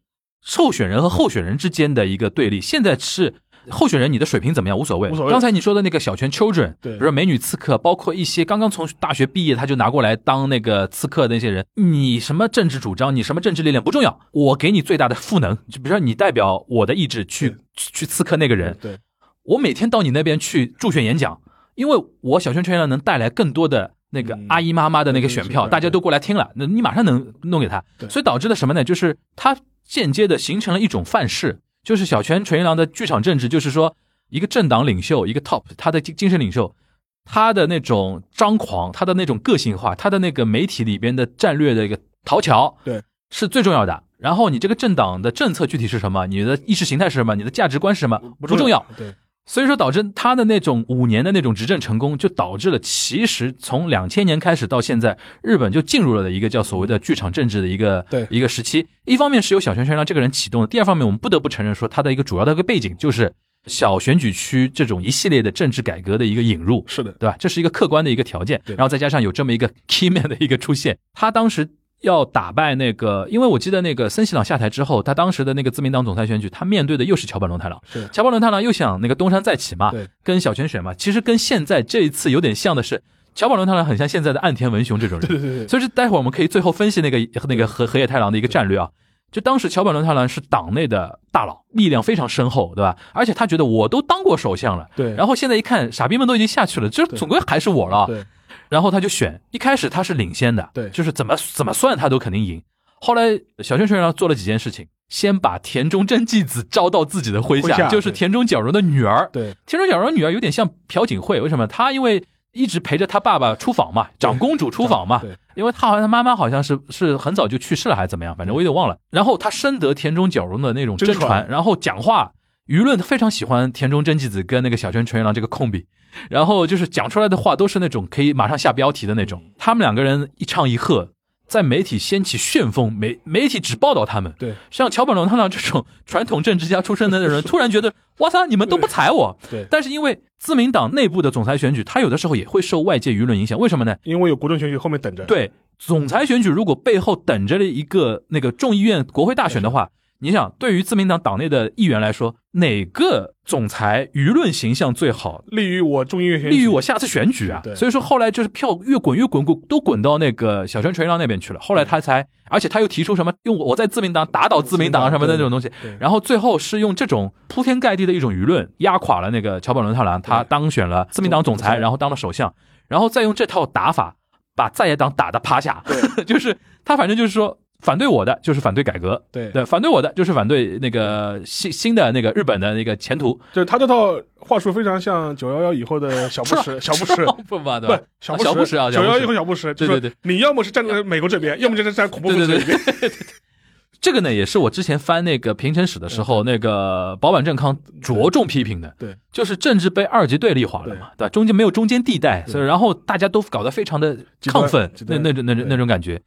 B: 候选人和候选人之间的一个对立，现在是。候选人，你的水平怎么样无所谓。
C: 无所谓
B: 刚才你说的那个小泉 Children，
C: 对
B: 比如说美女刺客，包括一些刚刚从大学毕业他就拿过来当那个刺客的那些人，你什么政治主张，你什么政治力量不重要，我给你最大的赋能，就比如说你代表我的意志去
C: 对
B: 去刺客那个人，
C: 对，
B: 我每天到你那边去助选演讲，因为我小圈圈要能带来更多的那个
C: 嗯
B: 阿姨妈妈的那个选票，
C: 对对对
B: 大家都过来听了，那你马上能弄给他，
C: 对
B: 所以导致了什么呢？就是它间接的形成了一种范式，就是小泉纯一郎的剧场政治，就是说一个政党领袖，一个 top，他的精精神领袖。他的那种张狂，他的那种个性化，他的那个媒体里边的战略的一个讨巧，
C: 对，
B: 是最重要的。然后你这个政党的政策具体是什么？你的意识形态是什么？你的价值观是什么？不重要，，
C: 对，
B: 所以说导致他的那种五年的那种执政成功，就导致了其实从两千年开始到现在，日本就进入了一个叫所谓的剧场政治的一个
C: 对
B: 一个时期。一方面是由小泉纯一郎这个人启动的，第二方面我们不得不承认说他的一个主要的一个背景就是小选举区这种一系列的政治改革的一个引入，
C: 是的，
B: 对吧？这是一个客观的一个条件，
C: 对
B: 然后再加上有这么一个 key man 的一个出现，他当时要打败那个，因为我记得那个森喜朗下台之后，他当时的那个自民党总裁选举，他面对的又是桥本龙太郎
C: 是，
B: 桥本龙太郎又想那个东山再起嘛
C: 对，
B: 跟小泉选嘛，其实跟现在这一次有点像的是，桥本龙太郎很像现在的岸田文雄这种人，
C: 对对对，
B: 所以是待会儿我们可以最后分析那个那个河河野太郎的一个战略啊。就当时桥本龙太郎是党内的大佬，力量非常深厚，对吧？而且他觉得我都当过首相了，
C: 对
B: 然后现在一看，傻逼们都已经下去了，就是
C: 对
B: 总归还是我了。
C: 对
B: 然后他就选，一开始他是领先的，
C: 对
B: 就是怎么怎么算他都肯定赢。后来小泉纯一郎做了几件事情，先把田中真纪子招到自己的麾
C: 麾
B: 下，
C: 下
B: 就是
C: 对
B: 田中角荣的女儿。
C: 对
B: 田中角荣女儿有点像朴槿惠，为什么？她因为一直陪着她爸爸出访嘛，长公主出访嘛，
C: 对
B: 因为她好像她妈妈好像是是很早就去世了还是怎么样，反正我有点忘了。然后她深得田中角荣的那种真
C: 真传
B: 传，然后讲话舆论非常喜欢田中真纪子跟那个小泉纯一郎这个控比。然后就是讲出来的话都是那种可以马上下标题的那
C: 嗯
B: 种，他们两个人一唱一和，在媒体掀起旋风，媒媒体只报道他们，
C: 对
B: 像桥本龙太郎这种传统政治家出身的 人，突然觉得，哇塞，你们都不踩我。
C: 对，
B: 但是因为自民党内部的总裁选举，他有的时候也会受外界舆论影响，为什么呢？
C: 因为有国政选举后面等着，
B: 对，总裁选举如果背后等着了一个那个众议院国会大选的话，你想，对于自民党党内的议员来说，哪个总裁舆论形象最好？
C: 利于我众议院选举，
B: 利于我下次选举啊
C: 对，
B: 所以说后来就是票越滚越滚滚，都滚到那个小泉纯一郎那边去了。后来他才，而且他又提出什么用我在自民党打倒自民党什么的那种东西，
C: 对，
B: 然后最后是用这种铺天盖地的一种舆论压垮了那个桥本龙太郎，他当选了自民党总
C: 总
B: 裁，
C: 裁
B: 然后当了首相，然后再用这套打法把在野党打得趴下， 就是他反正就是说反对我的就是反对改革，
C: 对
B: 对，反对我的就是反对那个新新的那个日本的那个前途，
C: 就是他这套话术非常像九幺幺以后的小布什，小布 什。
B: 不嘛对
C: 不
B: 吧？，
C: 小
B: 小布什啊小
C: 九
B: 布
C: 幺
B: 什
C: 一和小布什，
B: 对
C: 就说
B: 对对，
C: 你要么是站在美国这边，要么就是站在恐怖分子
B: 对对
C: 这
B: 对
C: 边，
B: 这个呢，也是我之前翻那个平成史的时候，那个保坂正康着重批评的。
C: 对，
B: 就是政治被二级对立化了嘛，对吧？中间没有中间地带，
C: 对
B: 所以然后大家都搞得非常的
C: 极端
B: 亢奋，
C: 极
B: 那
C: 端
B: 那种那种
C: 对
B: 那种感觉。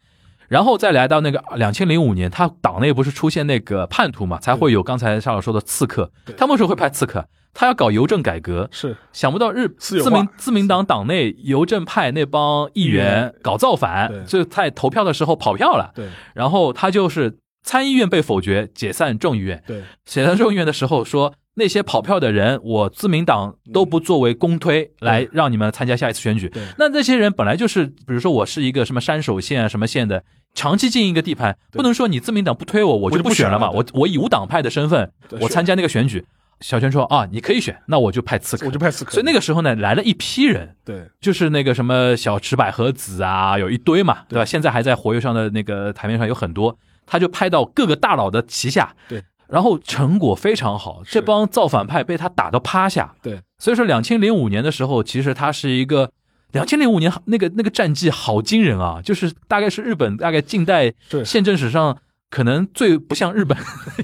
B: 然后再来到那个两千零五年，他党内不是出现那个叛徒嘛，才会有刚才沙老说的刺客。
C: 对
B: 他们时候会派刺客，他要搞邮政改革，
C: 是
B: 想不到日
C: 私有
B: 自
C: 化
B: 民自民党党内邮政派那帮议员搞造反，
C: 对
B: 就在投票的时候跑票了。
C: 对
B: 然后他就是参议院被否决，解散众议院。
C: 对
B: 解散众议院的时候说，那些跑票的人，我自民党都不作为公推来让你们参加下一次选举。
C: 嗯对
B: 那这些人本来就是，比如说我是一个什么山手线啊什么线的，长期经营一个地盘，
C: 对
B: 不能说你自民党不推我，我
C: 我就
B: 就
C: 不
B: 不选了嘛。
C: 选了
B: 我我以无党派的身份
C: 对，
B: 我
C: 是
B: 参加那个选举。小泉说啊，你可以选，那我就派刺客。
C: 我就派刺客。
B: 所以那个时候呢，来了一批人，
C: 对
B: 就是那个什么小池百合子啊，有一堆嘛，对吧？现在还在活跃上的那个台面上有很多，他就拍到各个大佬的旗下，
C: 对，
B: 然后成果非常好，
C: 是
B: 这帮造反派被他打到趴下，
C: 对，
B: 所以说两千零五年的时候，其实他是一个。两千零五年那个那个战绩好惊人啊，就是大概是日本大概近代
C: 是
B: 宪政史上可能最不像日本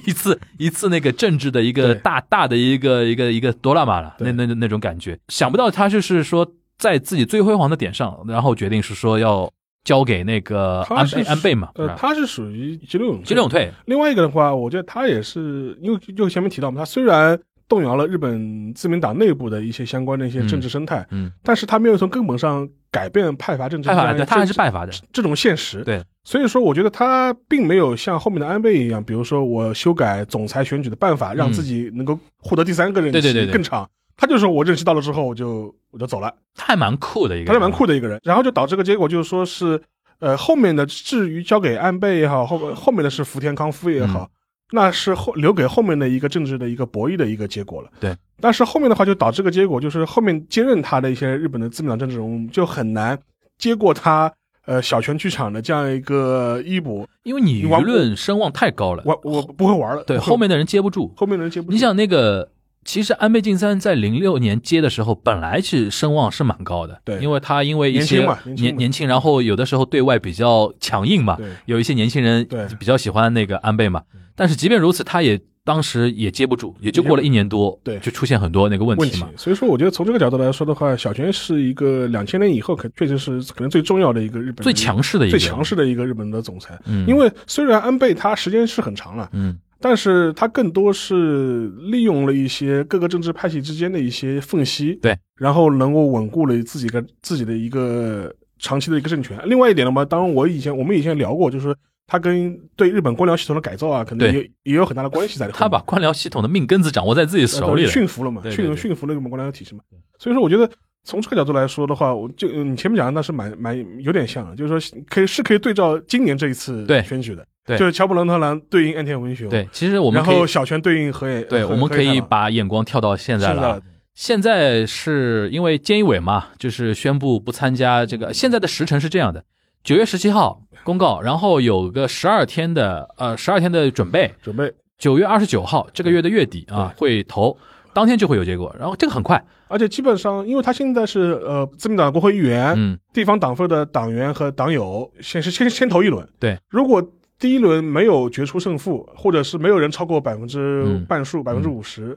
B: 一次一次那个政治的一个
C: 对
B: 大大的一个一个一个多拉玛了，那
C: 对
B: 那那种感觉。想不到他就是说在自己最辉煌的点上，然后决定是说要交给那个
C: 他
B: 安
C: 是
B: 倍安倍嘛，是
C: 呃，
B: 吧
C: 他是属于急流勇退
B: 急流嗯勇退，
C: 另外一个的话，我觉得他也是，因为就就前面提到嘛，他虽然动摇了日本自民党内部的一些相关的一些政治生态，
B: 嗯，
C: 但是他没有从根本上改变派阀政治
B: 拜
C: 这样，
B: 法的，他还是拜法的，
C: 这种现实。
B: 对，
C: 所以说我觉得他并没有像后面的安倍一样，比如说我修改总裁选举的办法，让自己能够获得第三个任期
B: 对对对对
C: 更长。他就说我任期到了之后，我就我就走了。
B: 他还蛮酷的一个，
C: 他是蛮，酷的一个人。然后就导致个结果就是说是，呃，后面的至于交给安倍也好，后后面的是福田康夫也
B: 嗯
C: 好，那是后留给后面的一个政治的一个博弈的一个结果了。
B: 对。
C: 但是后面的话就导致个结果就是后面接任他的一些日本的自民党政治人物就很难接过他。呃，小泉剧场的这样一个衣钵，
B: 因为你
C: 你玩
B: 舆论声望太高了，
C: 我我不会玩了。
B: 对
C: 后
B: 后面的人接不住，
C: 后面的人接不住。
B: 你想那个，其实安倍晋三在零六年接的时候，本来是声望是蛮高的，
C: 对
B: 因为他因为一些
C: 年轻嘛年轻
B: 年
C: 嘛
B: 年轻，然后有的时候对外比较强硬嘛
C: 对，
B: 有一些年轻人
C: 对嗯
B: 比较喜欢那个安倍嘛，但是即便如此，他也当时也接不住，也就过了一年多，
C: 对
B: 就出现很多那个问
C: 问
B: 题嘛，
C: 所以说我觉得从这个角度来说的话，小泉是一个两千年以后可确实是可能最重要的一个日本的
B: 最
C: 一个
B: 强势的一个
C: 嗯最强，势的一个日本的总裁。
B: 嗯，
C: 因为虽然安倍他时间是很长了，
B: 嗯
C: 但是他更多是利用了一些各个政治派系之间的一些缝隙，
B: 对，
C: 然后能够稳固了自己跟自己的一个长期的一个政权。另外一点的话，当然我以前我们以前聊过，就是他跟对日本官僚系统的改造啊，可能
B: 对
C: 也也有很大的关系在里面。
B: 他把官僚系统的命根子掌握在自己手里了，
C: 呃驯服了嘛，
B: 对对
C: 驯
B: 对
C: 驯服了我们官僚体系嘛。所以说，我觉得从这个角度来说的话，我就嗯你前面讲的那是蛮蛮有点像的，就是说可以是可以对照今年这一次
B: 对
C: 选举的，
B: 对
C: 就是乔布伦特兰对应岸田文雄，，
B: 对，其实我们
C: 然
B: 可以
C: 后小泉对应河野，
B: 对，
C: 河
B: 我们可以把眼光跳到现在了啊。现在是因为菅义伟嘛，就是宣布不参加这个。现在的时程是这样的：九月十七号公告，然后有个十二天的呃十二天的准备，
C: 准备，
B: 九月二十九号这个月的月底啊会投，当天就会有结果。然后这个很快，
C: 而且基本上，因为他现在是呃自民党国会议员，
B: 嗯，
C: 地方党会的党员和党友，先是先先投一轮。
B: 对，
C: 如果第一轮没有决出胜负，或者是没有人超过百分之
B: 嗯
C: 半数百分之五十，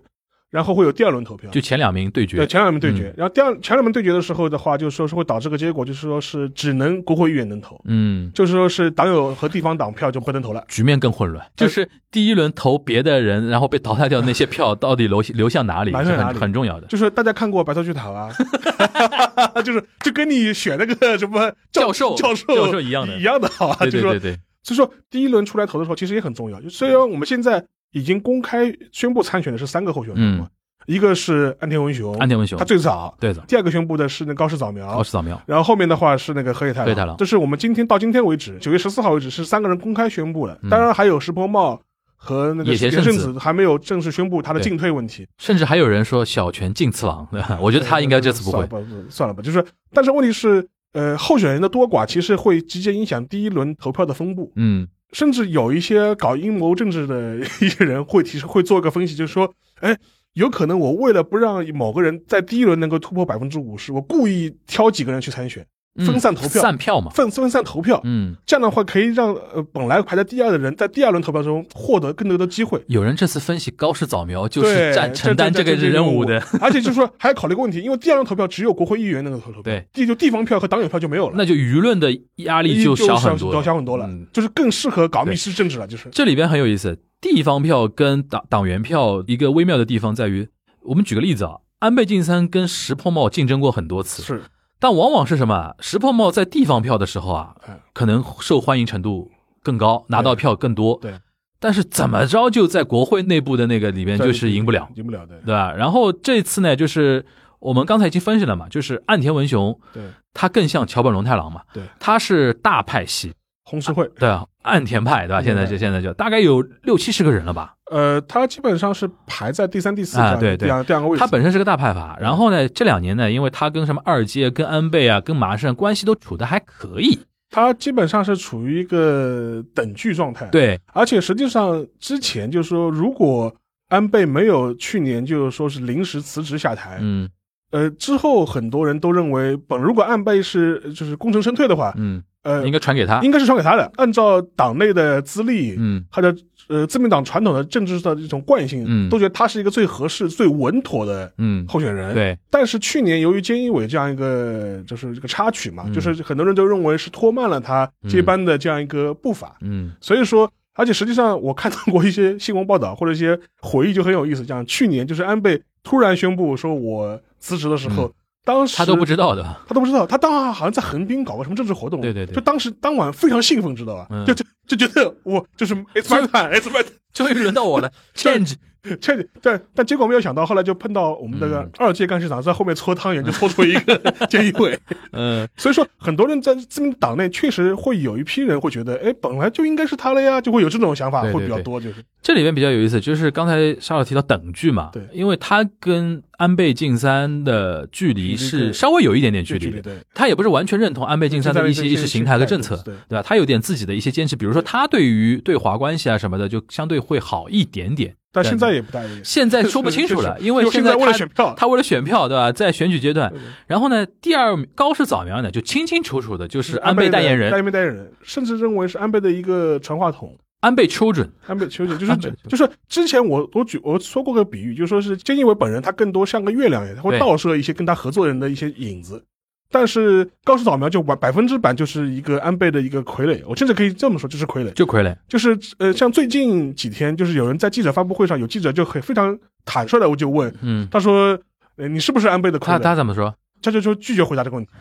C: 然后会有第二轮投票，
B: 就前两名对
C: 对
B: 决。
C: 前两轮对
B: 嗯
C: 决。然后第二前两轮对决的时候的话，就是说是会导致个结果，就是说是只能国会议员能投，
B: 嗯，
C: 就是说是党友和地方党票就不能投了。
B: 局面更混乱，就是第一轮投别的人，然后被淘汰掉的那些票到底流流向哪里
C: 流
B: 是
C: 向哪
B: 很
C: 里
B: 很重要的。
C: 就是大家看过《白色巨塔》 吧，就是就跟你选那个什么
B: 教授
C: 教授
B: 教授一样的
C: 一样的好吧？
B: 对
C: 就
B: 对
C: 说
B: 对对，
C: 所以说第一轮出来投的时候，其实也很重要。就虽然我们现在已经公开宣布参选的是三个候选人嘛，一个是安田文雄，
B: 安嗯田文雄
C: 他最早；
B: 对的，
C: 第二个宣布的是那高市早苗
B: 高，市扫描，
C: 然后后面的话是那个河野太
B: 河
C: 郎。
B: 野太郎
C: 这是我们今天到今天为止，九月十四号为止是三个人公开宣布的，
B: 嗯
C: 当然还有石破茂。和那个
B: 野田
C: 圣
B: 圣子
C: 子还没有正式宣布他的进退问题，
B: 甚至还有人说小泉进次郎， 对吧我觉得他应该这次不 会
C: 呃算。了吧，不算了吧。就是，但是问题是，呃，候选人的多寡其实会直接影响第一轮投票的分布。
B: 嗯，
C: 甚至有一些搞阴谋政治的一些人会提出会做个分析，就是说，哎，有可能我为了不让某个人在第一轮能够突破百分之五十，我故意挑几个人去参选，
B: 嗯
C: 分散投票
B: 散票嘛。
C: 分分散投票，
B: 嗯，
C: 这样的话可以让呃本来排在第二的人在第二轮投票中获得更多的机会。
B: 有人这次分析高市早苗就是
C: 对，
B: 占承担
C: 这
B: 这个任务的，，
C: 而且就是说还要考虑个问题，因为第二轮投票只有国会议员能够投投票，
B: 对，
C: 地就地方票和党友票就没有了，
B: 那就舆论的压力
C: 就
B: 小很多了。
C: 小很多了
B: 嗯，
C: 就是更适合搞密室政治了，就是
B: 这里边很有意思，地方票跟党党员票一个微妙的地方在于，我们举个例子啊，安倍晋三跟石破茂竞争过很多次，
C: 是
B: 但往往是什么啊？石破茂在地方票的时候啊
C: 嗯，
B: 可能受欢迎程度更高，拿到票更多。
C: 对，
B: 但是怎么着就在国会内部的那个里边就是赢不了，
C: 赢不了的。
B: 对吧？然后这次呢，就是我们刚才已经分析了嘛，就是岸田文雄
C: 对
B: 他更像桥本龙太郎嘛，
C: 对，
B: 他是大派系，
C: 红十会，
B: 对啊，岸田派对吧？现在就现在就大概有六七十个人了吧。
C: 呃，他基本上是排在第三、第四这
B: 啊
C: 样的
B: 对对
C: 第二第二个位置。
B: 他本身是个大派阀，然后呢，这两年呢，因为他跟什么二阶、跟安倍啊、跟麻生关系都处的还可以，
C: 他基本上是处于一个等距状态。，
B: 对
C: 而且实际上之前就是说，如果安倍没有去年就是说是临时辞职下台，
B: 嗯
C: 呃，之后很多人都认为本如果安倍是就是功成身退的话，
B: 嗯，
C: 呃，
B: 应该传给他，
C: 应该是传给他的。按照党内的资历，
B: 嗯
C: 他的呃自民党传统的政治的这种惯性，
B: 嗯
C: 都觉得他是一个最合适、最稳妥的
B: 嗯，
C: 候选人。。
B: 对，
C: 但是去年由于菅义伟这样一个就是这个插曲嘛，
B: 嗯
C: 就是很多人都认为是拖慢了他接班的这样一个步伐，
B: 嗯
C: 所以说。而且实际上，我看到过一些新闻报道或者一些回忆，就很有意思。这样，去年就是安倍突然宣布说我辞职的时候，当时
B: 嗯他都不知道的吧，
C: 他都不知道，他当时好像在横滨搞个什么政治活动，
B: 对对对
C: 就当时当晚非常兴奋，知道吧？
B: 嗯
C: 就就就觉得我就是 it's my time，it's my time，
B: 终于轮到我了，change，
C: 这但但结果没有想到，后来就碰到我们那个
B: 嗯
C: 二届干事长在后面搓汤圆，就搓出一 个菅义伟。
B: 嗯
C: 所以说，很多人在自民党内确实会有一批人会觉得，哎，本来就应该是他了呀，就会有这种想法，
B: 对对
C: 会比较多，就是
B: 这里面比较有意思，就是刚才沙老提到等距嘛，
C: 对
B: 因为他跟安倍晋三的距离
C: 距离
B: 是
C: 对
B: 稍微有一点点距
C: 这距
B: 离
C: 离
B: 的，
C: 对
B: 他也不是完全认同安倍晋三的一些意识形态和政策，
C: 对
B: 对吧？他有点自己的一些坚持，比如说他对于对华关系啊什么的，就相对会好一点点。
C: 但现在也不大一样，
B: 现在说不清楚 了，
C: 就是
B: 因为现
C: 现在为
B: 他
C: 了选票
B: 他为了选票，对吧？在选举阶段
C: 对对，
B: 然后呢，第二高市早苗呢，就清清楚楚的，就是安
C: 倍
B: 倍
C: 的
B: 代言
C: 安
B: 人，
C: 倍代言人，甚至认为是安倍的一个传话筒。
B: 安倍 children，
C: 安倍秋瑾就是
B: 安倍秋
C: 就是之前我我举我说过个比喻，就说是菅义伟本人他更多像个月亮一样，他会
B: 对
C: 倒射一些跟他合作人的一些影子。但是高市早苗就百百分之百就是一个安倍的一个傀儡，我甚至可以这么说，就是傀儡。
B: 就傀儡，
C: 就是呃，像最近几天，就是有人在记者发布会上，有记者就很非常坦率的我就问
B: 嗯，
C: 他说：“呃，你是不是安倍的傀
B: 他
C: 儡
B: 他怎么说？？”
C: 他就说拒绝回答这个问题。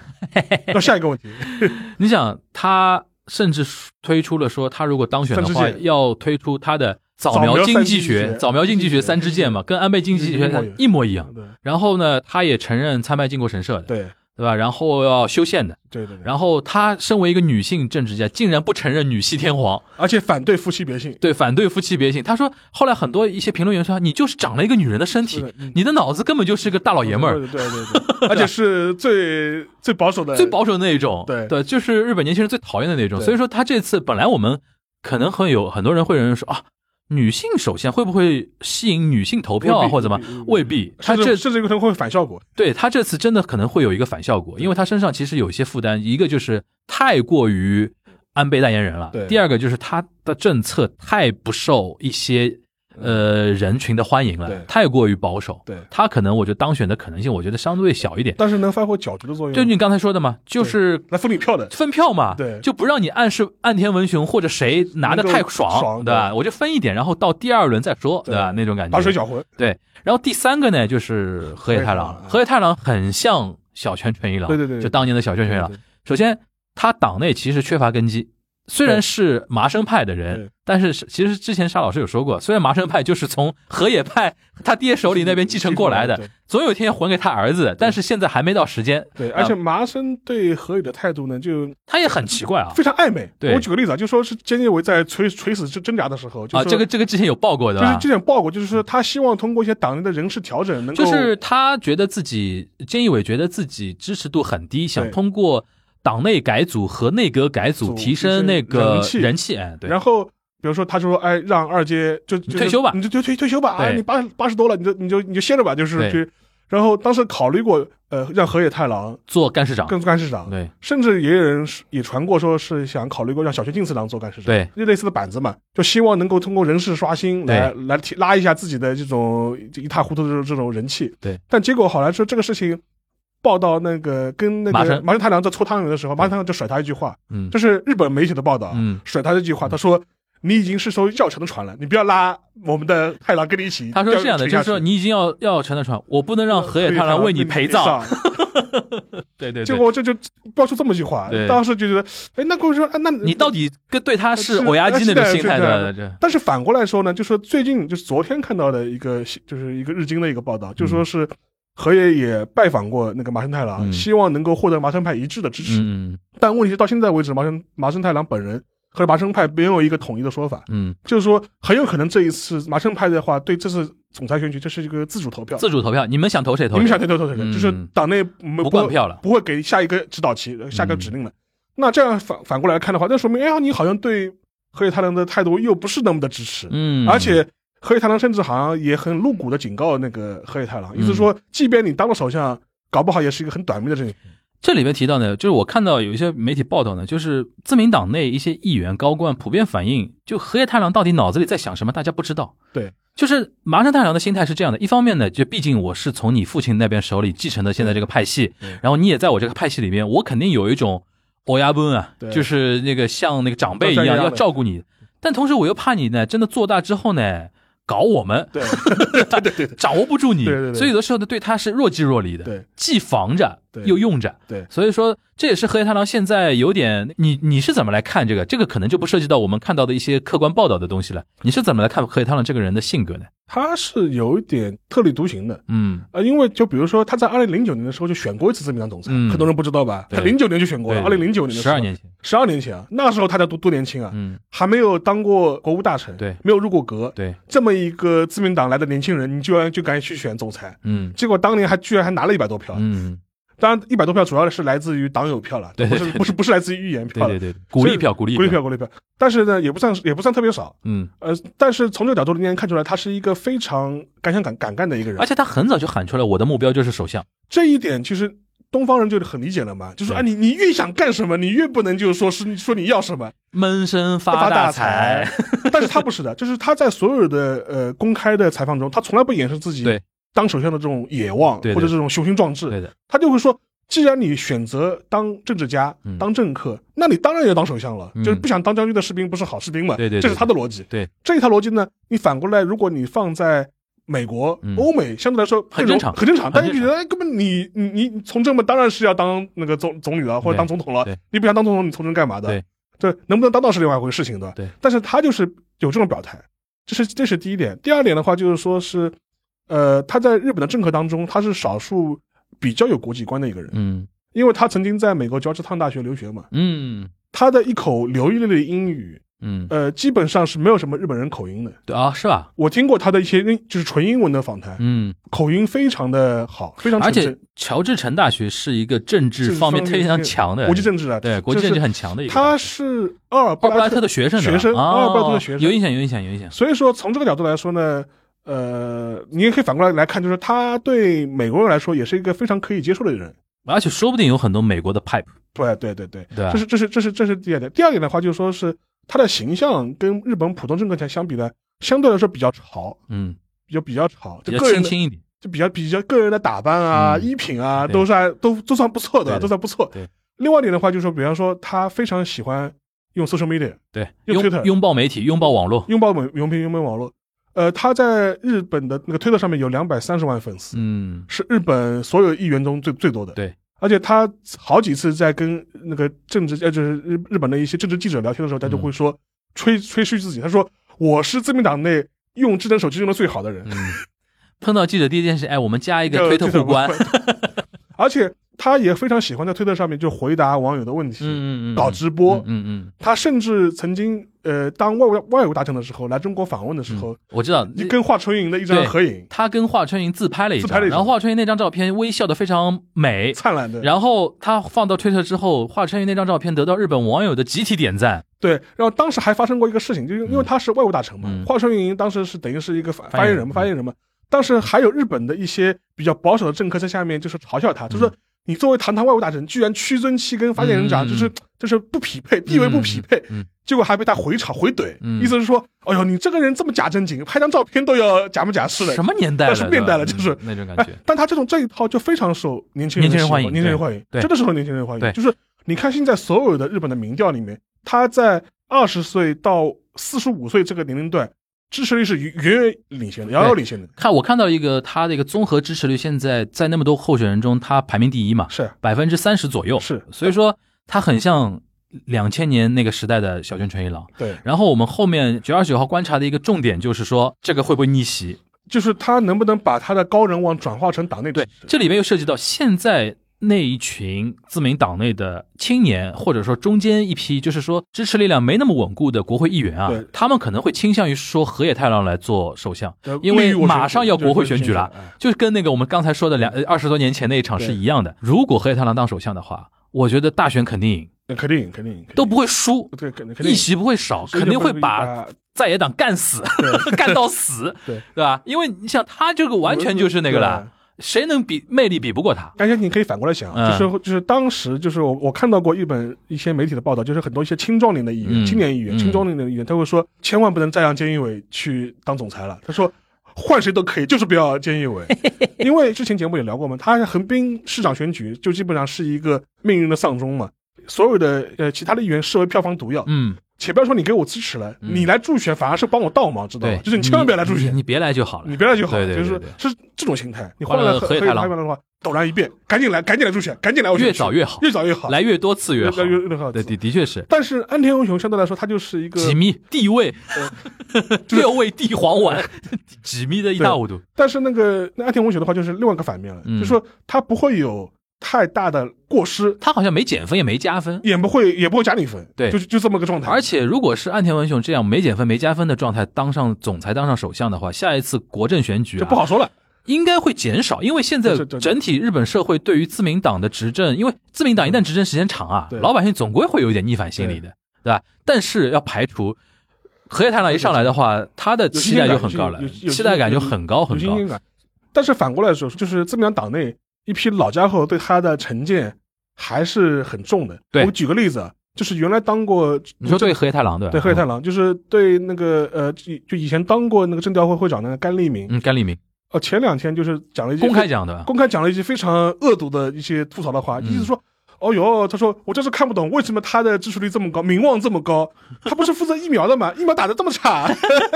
C: 到下一个 问题，
B: 你想，他甚至推出了说，他如果当选的话
C: 三支，箭
B: 要推出他的早
C: 早苗
B: 苗
C: 三
B: 经
C: 支
B: 济
C: 箭
B: 学、早苗经济学三支箭嘛，跟安倍经济
C: 一模一
B: 学
C: 样
B: 一模一样。
C: 对
B: 然后呢，他也承认参拜靖国神社的，
C: 对
B: 对吧？然后要修宪的。
C: 对对对，
B: 然后他身为一个女性政治家，竟然不承认女系天皇，
C: 而且反对夫妻别姓，
B: 对，反对夫妻别姓。他说，后来很多一些评论员说，你就是长了一个女人的身体
C: 是的嗯，
B: 你的脑子根本就是个大老哦爷们儿，
C: 对对对 对，而且是最最保守的，
B: 最保守的那一种，
C: 呃对
B: 对，就是日本年轻人最讨厌的那种。
C: 对
B: 所以说，他这次本来我们可能会有很多人会有人说啊，女性首先会不会吸引女性投票
C: 未
B: 啊，
C: 必
B: 或者怎么
C: 未必？
B: 未必，他
C: 甚至
B: 这
C: 甚至有可能会反效果。
B: 对他这次真的可能会有一个反效果，因为他身上其实有一些负担，一个就是太过于安倍代言人了
C: 对，
B: 第二个就是他的政策太不受一些呃人群的欢迎
C: 嗯对
B: 了，太过于保守。
C: 对
B: 他可能我觉得当选的可能性，我觉得相对小一点。
C: 但是能发挥搅局的作用，
B: 就你刚才说的嘛，就是
C: 来分你票的，
B: 分票嘛，
C: 对
B: 就不让你暗示岸田文雄或者谁拿的太
C: 能够
B: 爽，
C: 爽
B: 对吧？
C: 对
B: 我就分一点，然后到第二轮再说，对吧？那种感觉。
C: 把水搅浑。
B: 对，然后第三个呢，就是河野太郎
C: 河野太郎
B: 了。河野太郎很像小泉纯一郎，
C: 对对对
B: 就当年的小泉纯一郎
C: 对对。
B: 首先，他党内其实缺乏根基，虽然是麻生派的
C: 对
B: 人，但是是其实之前沙老师有说过，虽然麻生派就是从河野派他爹手里那边继承过来
C: 对
B: 的，总有一天还给他儿子，但是现在还没到时间。
C: 对，
B: 啊
C: 而且麻生对河野的态度呢，就
B: 他也很奇怪啊
C: 非常暧昧。
B: 对
C: 我举个例子啊，就说是菅义伟在垂垂死挣挣扎的时候，就
B: 啊，
C: 说
B: 这个啊这个之前有报过的
C: 就是
B: 吧？
C: 这点报果，就是说他希望通过一些党内的人事调整，能够
B: 就是他觉得自己，菅义伟觉得自己支持度很低，想通过党内改组和内阁改
C: 组
B: 组
C: 提
B: 提
C: 升
B: 升那个
C: 人气
B: 人气。哎，对
C: 然，后比如说，他就说：“哎，让二阶就就
B: 退休吧
C: 你就退退退休吧，啊，
B: 对
C: 你八八十多了，你就你就你就歇着吧，就是
B: 对
C: 去。”然后当时考虑过，呃，让河野太郎
B: 做干事长。
C: 跟干事长，
B: 啊对
C: 甚至也有人是也传过说是想考虑过让小泉进次郎做干事长，
B: 对，
C: 就类似的板子嘛，就希望能够通过人事刷新来来提拉一下自己的这种一塌糊涂的这种这种人气。
B: 对，
C: 但结果好像说这个事情。报道那个跟那
B: 麻
C: 个
B: 生
C: 麻生太郎在搓汤圆的时候，麻生太郎就甩他一句话，
B: 嗯
C: 这是日本媒体的报道啊，
B: 嗯
C: 甩他这句话，他说：“你已经是艘要沉的船了，你不要拉我们的太郎跟你一起掉。
B: 他说这样的，
C: 沉
B: 就
C: 下
B: 是说
C: 去
B: 你已经要要沉得船，我不能让河野
C: 所以
B: 太郎为你陪葬。
C: 陪
B: 对对
C: 结
B: 对，
C: 果这就爆出这么句话
B: 对，
C: 当时就觉得，哎，那跟我说，啊那
B: 你到底跟对他是
C: 呃是
B: 欧亚基那种
C: 是的
B: 心态
C: 是的
B: 的这
C: 但是反过来说呢，就说最近就是昨天看到的一个新，就是一个日经的一个报道，就说是河野也拜访过那个麻生太郎，
B: 嗯
C: 希望能够获得麻生派一致的支持。
B: 嗯
C: 但问题是到现在为止，麻生麻生太郎本人和麻生派没有一个统一的说法，
B: 嗯，
C: 就是说很有可能这一次麻生派的话，对这次总裁选举这是一个自主投
B: 嗯
C: 票，
B: 自主投票，你们想投谁投
C: 你
B: 谁，
C: 们想谁投投谁，
B: 嗯
C: 就是党内没
B: 不灌票了。嗯
C: 不会给下一个指导期、呃下个指令了。那这样反反过来看的话，那说明哎呀，你好像对河野太郎的态度又不是那么的支持，
B: 嗯，
C: 而且河野太郎甚至好像也很露骨的警告那个河野太
B: 嗯
C: 郎，意思说，即便你当了首相，搞不好也是一个很短命的事情。
B: 这里面提到呢，就是我看到有一些媒体报道呢，就是自民党内一些议员高官普遍反映，就河野太郎到底脑子里在想什么，大家不知道。
C: 对，
B: 就是麻生太郎的心态是这样的：一方面呢，就毕竟我是从你父亲那边手里继承的现在这个派系
C: 对对，
B: 然后你也在我这个派系里面，我肯定有一种欧亚奔啊
C: 对，
B: 就是那个像那个长辈一样
C: 都这样的
B: 要照顾你，但同时我又怕你呢，真的做大之后呢，搞我们，
C: 对对对对对
B: 掌握不住你，
C: 对对对
B: 所以有的时候呢，对他是若即若离的，
C: 对，
B: 既防着
C: 对
B: 又用着，
C: 对
B: 所以说这也是河野太郎现在有点，你你是怎么来看这个？这个可能就不涉及到我们看到的一些客观报道的东西了，你是怎么来看河野太郎这个人的性格呢？
C: 他是有一点特立独行的。
B: 嗯，
C: 呃，因为就比如说他在二零零九年的时候就选过一次自民党总裁，
B: 嗯
C: 很多人不知道吧？
B: 对
C: 他零九年就选过了，二零零九年的时
B: 十
C: 候
B: 二，年前，
C: 十二年前啊，那时候他才多多年轻啊，
B: 嗯，
C: 还没有当过国务大臣，
B: 对
C: 没有入过阁，
B: 对，
C: 这么一个自民党来的年轻人，你居然就敢去选总裁，
B: 嗯
C: 结果当年还居然还拿了一百多票，
B: 嗯，
C: 当然一百多票主要是来自于党友票了，
B: 对对
C: 不是
B: 对
C: 不是不是来自于预言
B: 对
C: 票了，
B: 对对，鼓励票，鼓励
C: 鼓励，票鼓励票，但是呢也不算也不算特别少，
B: 嗯，
C: 呃，但是从这个角度里面看出来，他是一个非常敢想敢敢干的一个人
B: 而，且他很早就喊出来，我的目标就是首相，
C: 这一点其实。东方人就很理解了嘛，就说
B: 对
C: 啊，你你越想干什么，你越不能就是说是说你要什么，
B: 闷声
C: 发
B: 发
C: 大
B: 财，
C: 但是他不是的，就是他在所有的呃公开的采访中，他从来不掩饰自 己
B: 对
C: 当首相的这种野望
B: 对对
C: 或者这种雄心壮
B: 对
C: 志，
B: 的，
C: 他就会说。既然你选择当政治家、
B: 嗯
C: 当政客，那你当然要当首相了。
B: 嗯
C: 就是不想当将军的士兵不是好士兵嘛？
B: 对对对
C: 这是他的逻辑。
B: 对
C: 这一套逻辑呢，你反过来，如果你放在美国、
B: 嗯
C: 欧美，相对来说
B: 很
C: 这种
B: 正常
C: 很正常。
B: 很
C: 但
B: 正常
C: 是你觉得哎根本你你你你从政嘛，当然是要当那个总总理了，或者
B: 对
C: 当总统了
B: 对。
C: 你不想当总统，你从政干嘛的？
B: 对，
C: 这能不能当到是另外一回事情的。
B: 对，
C: 但是他就是有这种表态，这是这是第一点。第二点的话就是说是，呃，他在日本的政客当中，他是少数比较有国际观的一个人，
B: 嗯
C: 因为他曾经在美国乔治烫大学留学嘛，
B: 嗯
C: 他的一口流利的英语，
B: 嗯，
C: 呃，基本上是没有什么日本人口音的。
B: 对啊，是吧？
C: 我听过他的一些英就是纯英文的访谈，
B: 嗯，
C: 口音非常的好，非常
B: 而
C: 纯
B: 且
C: 正。
B: 乔治城大学是一个政治方面非常强的
C: 国际政治啊，
B: 对国际政
C: 就
B: 治
C: 是
B: 很强的一个。
C: 他是奥尔布
B: 奥布
C: 莱
B: 莱
C: 特
B: 特的学生对吧，
C: 学生
B: 哦
C: 阿尔布莱特的学生
B: 有影响，有影响，有影响。
C: 所以说，从这个角度来说呢，呃，你也可以反过来来看，就是他对美国人来说也是一个非常可以接受的人。
B: 而且说不定有很多美国的 pipe，
C: 对对对对，
B: 对吧
C: 这？是这是这是这是第二点。第二点的话，就是说是他的形象跟日本普通政客相相比呢，相对来说比较潮，
B: 嗯，
C: 就比较潮，
B: 比
C: 就
B: 较
C: 个人
B: 清
C: 的
B: 新一点。
C: 就比较比较个人的打扮啊、
B: 嗯
C: 衣品啊，
B: 对
C: 都是还都都算不错的，
B: 对的
C: 都算不错
B: 对。
C: 另外一点的话，就是说，比方说他非常喜欢用 social media，
B: 对，
C: 用
B: 拥
C: Twitter
B: 拥抱媒体，拥抱网络。
C: 拥抱网拥抱拥抱网络。呃，他在日本的那个推特上面有两百三十万粉丝，
B: 嗯，
C: 是日本所有议员中最最多的。
B: 对，
C: 而且他好几次在跟那个政治呃，就是日日本的一些政治记者聊天的时候，他就
B: 嗯
C: 会说、吹吹嘘自己，他说我是自民党内用智能手机用的最好的人，
B: 嗯， 碰到记者第一件事，哎，我们加一个
C: 呃
B: 推特互 关。。
C: 这种而且他也非常喜欢在推特上面就回答网友的问题，
B: 嗯嗯嗯，
C: 搞直播。
B: 嗯嗯
C: 他甚至曾经呃，当外外国大臣的时候来中国访问的时
B: 嗯
C: 候，
B: 嗯，我知道。
C: 就跟华春莹的一张
B: 对
C: 合影，
B: 他跟华春莹自拍了一
C: 自拍
B: 张，
C: 了一
B: 然
C: 张
B: 后华春莹那张照片微笑的非常美，
C: 灿烂的。
B: 然后他放到推特之后，华春莹那张照片得到日本网友的集体点赞。
C: 对，然后当时还发生过一个事情，就是因为他是外务大臣嘛
B: 嗯，
C: 华春莹当时是等于是一个发
B: 发
C: 发
B: 言
C: 言
B: 人
C: 人嘛，发言人嘛。当时还有日本的一些比较保守的政客在下面就是嘲笑他，就说你作为堂堂外务大臣，居然屈尊期跟发言
B: 嗯
C: 人长，就是就是不匹配，地位不匹配
B: 嗯嗯嗯，
C: 结果还被他回吵回怼，
B: 嗯
C: 意思是说，哎呦，你这个人这么假正经，拍张照片都要假模假式的，
B: 什么年代了？
C: 但是变态了
B: 对吧
C: 就是
B: 嗯那种感
C: 哎
B: 觉。，
C: 但他这种这一套就非常受年轻
B: 年轻人
C: 喜
B: 欢迎
C: 年轻人
B: 对
C: 欢迎，
B: 对
C: 真的是受年轻人欢
B: 对
C: 迎。就是你看现在所有的日本的民调里面，他在二十岁到四十五岁这个年龄段支持率是远远领先的，遥遥领先的。
B: 看我看到一个他的一个综合支持率，现在在那么多候选人中，他排名第一嘛，
C: 是啊
B: 百分之三十左右。
C: 是
B: 所以说他很像两千年那个时代的小泉纯一郎。
C: 对，
B: 然后我们后面九月二十九号观察的一个重点就是说，这个会不会逆袭？
C: 就是他能不能把他的高人望转化成党内支
B: 对
C: 持，
B: 这里面又涉及到现在那一群自民党内的青年，或者说中间一批，就是说支持力量没那么稳固的国会议员啊
C: 对，
B: 他们可能会倾向于说河野太郎来做首相，
C: 呃
B: 因为
C: 利于我选举
B: 马上要国会选举了
C: 对对对
B: 就是跟那个我们刚才说的
C: 嗯
B: 两二十多年前那一场是一样的。如果河野太郎当首相的话，我觉得大选肯定赢，
C: 对肯定肯定肯定
B: 都不会输，
C: 对，肯定嗯肯定
B: 议席不会少，肯定会把在野党干死， 干到死，
C: 啊 对
B: 对吧？因为你想他这个完全就是那个了，。谁能比魅力比不过他？
C: 而且你可以反过来想，
B: 嗯
C: 就是就是当时就是我我看到过一本一些媒体的报道，就是很多一些青壮年的议员、
B: 嗯
C: 青年议员、
B: 嗯
C: 青壮年的议员，他会说千万不能再让菅义伟去当总裁了。他说换谁都可以，就是不要菅 义伟，因为之前节目也聊过嘛，他横滨市长选举就基本上是一个命运的丧钟嘛，所有的呃其他的议员视为票房毒药。
B: 嗯，
C: 且不要说你给我支持了，
B: 嗯
C: 你来助选反而是帮我倒忙，知道
B: 对
C: 吗，？就是你千万不要来助选
B: 你，你别来就好了，
C: 你别来就好，
B: 对对
C: 就
B: 对
C: 是
B: 对
C: 说是这种心态。你
B: 换
C: 换
B: 了
C: 了河
B: 河野
C: 野
B: 太
C: 太
B: 郎
C: 郎的话，陡然一变，赶紧来，赶紧来入选，赶紧来，我选
B: 越早越好，
C: 越早越好，
B: 来越多次越好
C: 越。越越好。
B: 对，的的确是
C: 但是安田文雄相对来说，他就是一个，
B: 几米地位，
C: 就 是
B: 六位地黄 丸，几米的一塌糊涂。
C: 但是那个那安田文雄的话就是另外一个反面了，
B: 嗯
C: 就是说他不会有太大的过失，
B: 他好像没减分也没加分，
C: 也不会也不会加你分，
B: 对
C: 就是就这么个状态。
B: 而且如果是岸田文雄这样没减分没加分的状态当上总裁当上首相的话，下一次国政选举
C: 就
B: 啊
C: 不好说了，
B: 应该会减少，因为现在
C: 对对对对
B: 整体日本社会对于自民党的执政，因为自民党一旦执政时间长啊
C: 对，
B: 老百姓总归会有一点逆反心理的，对吧？但是要排除河野太郎一上来的话，他的期待就很高了，
C: 有有有
B: 期待感就很高
C: 有
B: 很
C: 新
B: 高。
C: 鲜感。但是反过来说，就是自民党党内一批老家伙对他的成见还是很重的。
B: 对
C: 我举个例子啊，就是原来当过
B: 你说对河野太郎对吧？
C: 对，黑太郎就是对那个呃，就就以前当过那个政调会会长的甘利明，
B: 嗯，甘利明
C: 呃，前两天就是讲了一些
B: 公开讲的，
C: 公开讲了一些非常恶毒的一些吐槽的话，
B: 嗯
C: 意思说。哦哟，他说我真是看不懂为什么他的支持率这么高，名望这么高，他不是负责疫苗的吗？疫苗打的这么 差，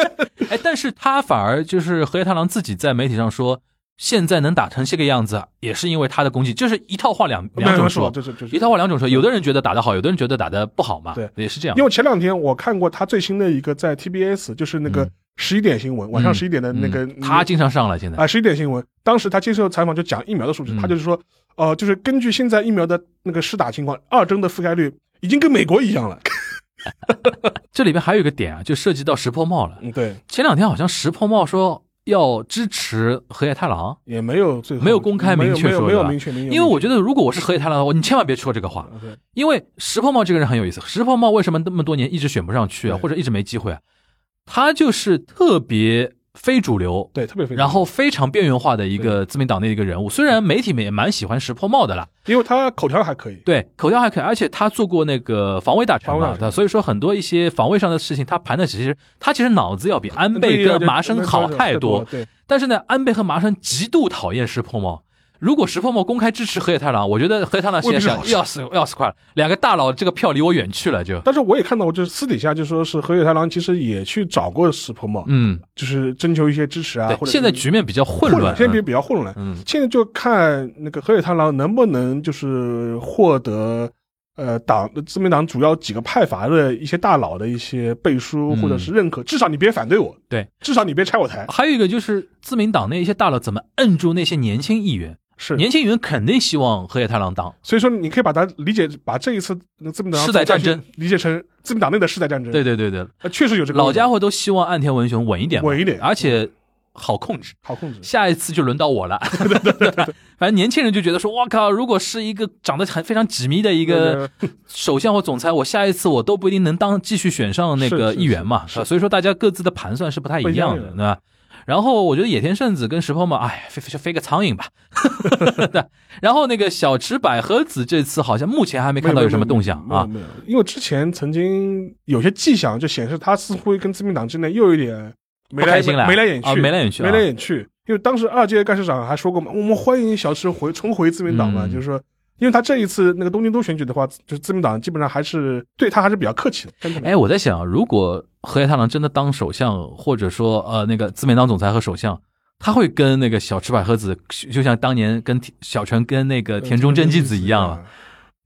B: 哎，但是他反而就是河野太郎自己在媒体上说，现在能打成这个样子，也是因为他的功绩，就是一套话两
C: 没有
B: 两
C: 没有
B: 种
C: 说，
B: 说，
C: 就是就是
B: 一套话两种说，有的人觉得打得好，有的人觉得打得不好嘛，
C: 对，
B: 也是这样
C: 因。为前两天我看过他最新的一个在 TBS，就是那个
B: 嗯
C: 十一点新闻，晚上
B: 嗯
C: 十一点的那个、
B: 嗯他经常上了，现在
C: 啊，十一点新闻，当时他接受采访就讲疫苗的数据，
B: 嗯
C: 他就是说，呃，就是根据现在疫苗的那个施打情况，二针的覆盖率已经跟美国一样了。
B: 这里边还有一个点啊，就涉及到石破茂了。
C: 嗯，对，
B: 前两天好像石破茂说要支持河野太郎，
C: 也没有最后
B: 没有公开
C: 没有
B: 明确
C: 没有
B: 说
C: 没有
B: 的
C: 明确明确，
B: 因为我觉得如果我是河野太郎的话，你千万别说这个话，
C: 得，对
B: 因为石破茂这个人很有意思。石破茂为什么那么多年一直选不上去啊，
C: 对
B: 或者一直没机会啊？他就是特别非主流，
C: 对特别非常
B: 然后非常边缘化的一个自民党的一个人物。虽然媒体们也蛮喜欢石破茂的啦，
C: 因为他口条还可以，
B: 对，口条还可以，而且他做过那个防卫大臣
C: 防卫大
B: 嘛，
C: 臣
B: 对所以说很多一些防卫上的事情，他盘的其实他其实脑子要比安倍
C: 对对
B: 跟
C: 对
B: 麻生
C: 对
B: 好
C: 对
B: 太多。
C: 对，
B: 但是呢，安倍和麻生极度讨厌石破茂。如果石破茂公开支持河野太郎，我觉得河野太郎现在
C: 未
B: 想
C: 必是
B: 要死要死快了，两个大佬这个票离我远去了就，
C: 但是我也看到，我就是私底下就说是河野太郎其实也去找过石破茂，
B: 嗯，
C: 就是征求一些支持啊，
B: 对，
C: 或者
B: 现在
C: 是
B: 局面比较混乱，啊
C: 现在比比较混乱。
B: 嗯
C: 现在就看那个河野太郎能不能就是获得呃党自民党主要几个派阀的一些大佬的一些背书
B: 嗯
C: 或者是认可，至少你别反对我，
B: 对，啊
C: 至少你别拆我台，
B: 还有一个就是自民党那一些大佬怎么摁住那些年轻议员，
C: 是。
B: 年轻议员肯定希望河野太郎当，
C: 所以说，你可以把它理解，把这一次自民党
B: 世代战争
C: 理解成自民党内的世代战争。
B: 对对对对，
C: 呃，确实有这个
B: 老家伙都希望岸田文雄稳一点嘛，啊
C: 稳一点
B: 而且好控制。
C: 好控制。
B: 下一次就轮到我 了，对对对反正年轻人就觉得说，我靠，如果是一个长得很非常挤迷的一个首相或总裁，我下一次我都不一定能当继续选上那个
C: 是是
B: 议员嘛，
C: 是是
B: 啊所以说大家各自的盘算是不太一样
C: 不一
B: 的，
C: 样的
B: 对吧？然后我觉得野田圣子跟石破茂，哎，飞飞飞个苍蝇吧。 对然后那个小池百合子这次好像目前还没看到有什么动向
C: 没有
B: 啊，
C: 没有，没有因为之前曾经有些迹象就显示他似乎跟自民党之内又有一点眉
B: 不
C: 来
B: 开心了
C: 眉来眼去，
B: 啊眉来眼去啊
C: 眉来眼去。因为当时二届干事长还说过嘛，我们欢迎小池回重回自民党嘛，
B: 嗯
C: 就是说。因为他这一次那个东京都选举的话，就是自民党基本上还是对他还是比较客气的。
B: 哎，我在想，如果河野太郎真的当首相，或者说呃那个自民党总裁和首相，他会跟那个小池百合子，就像当年跟田小泉跟那个田中真纪子一样了。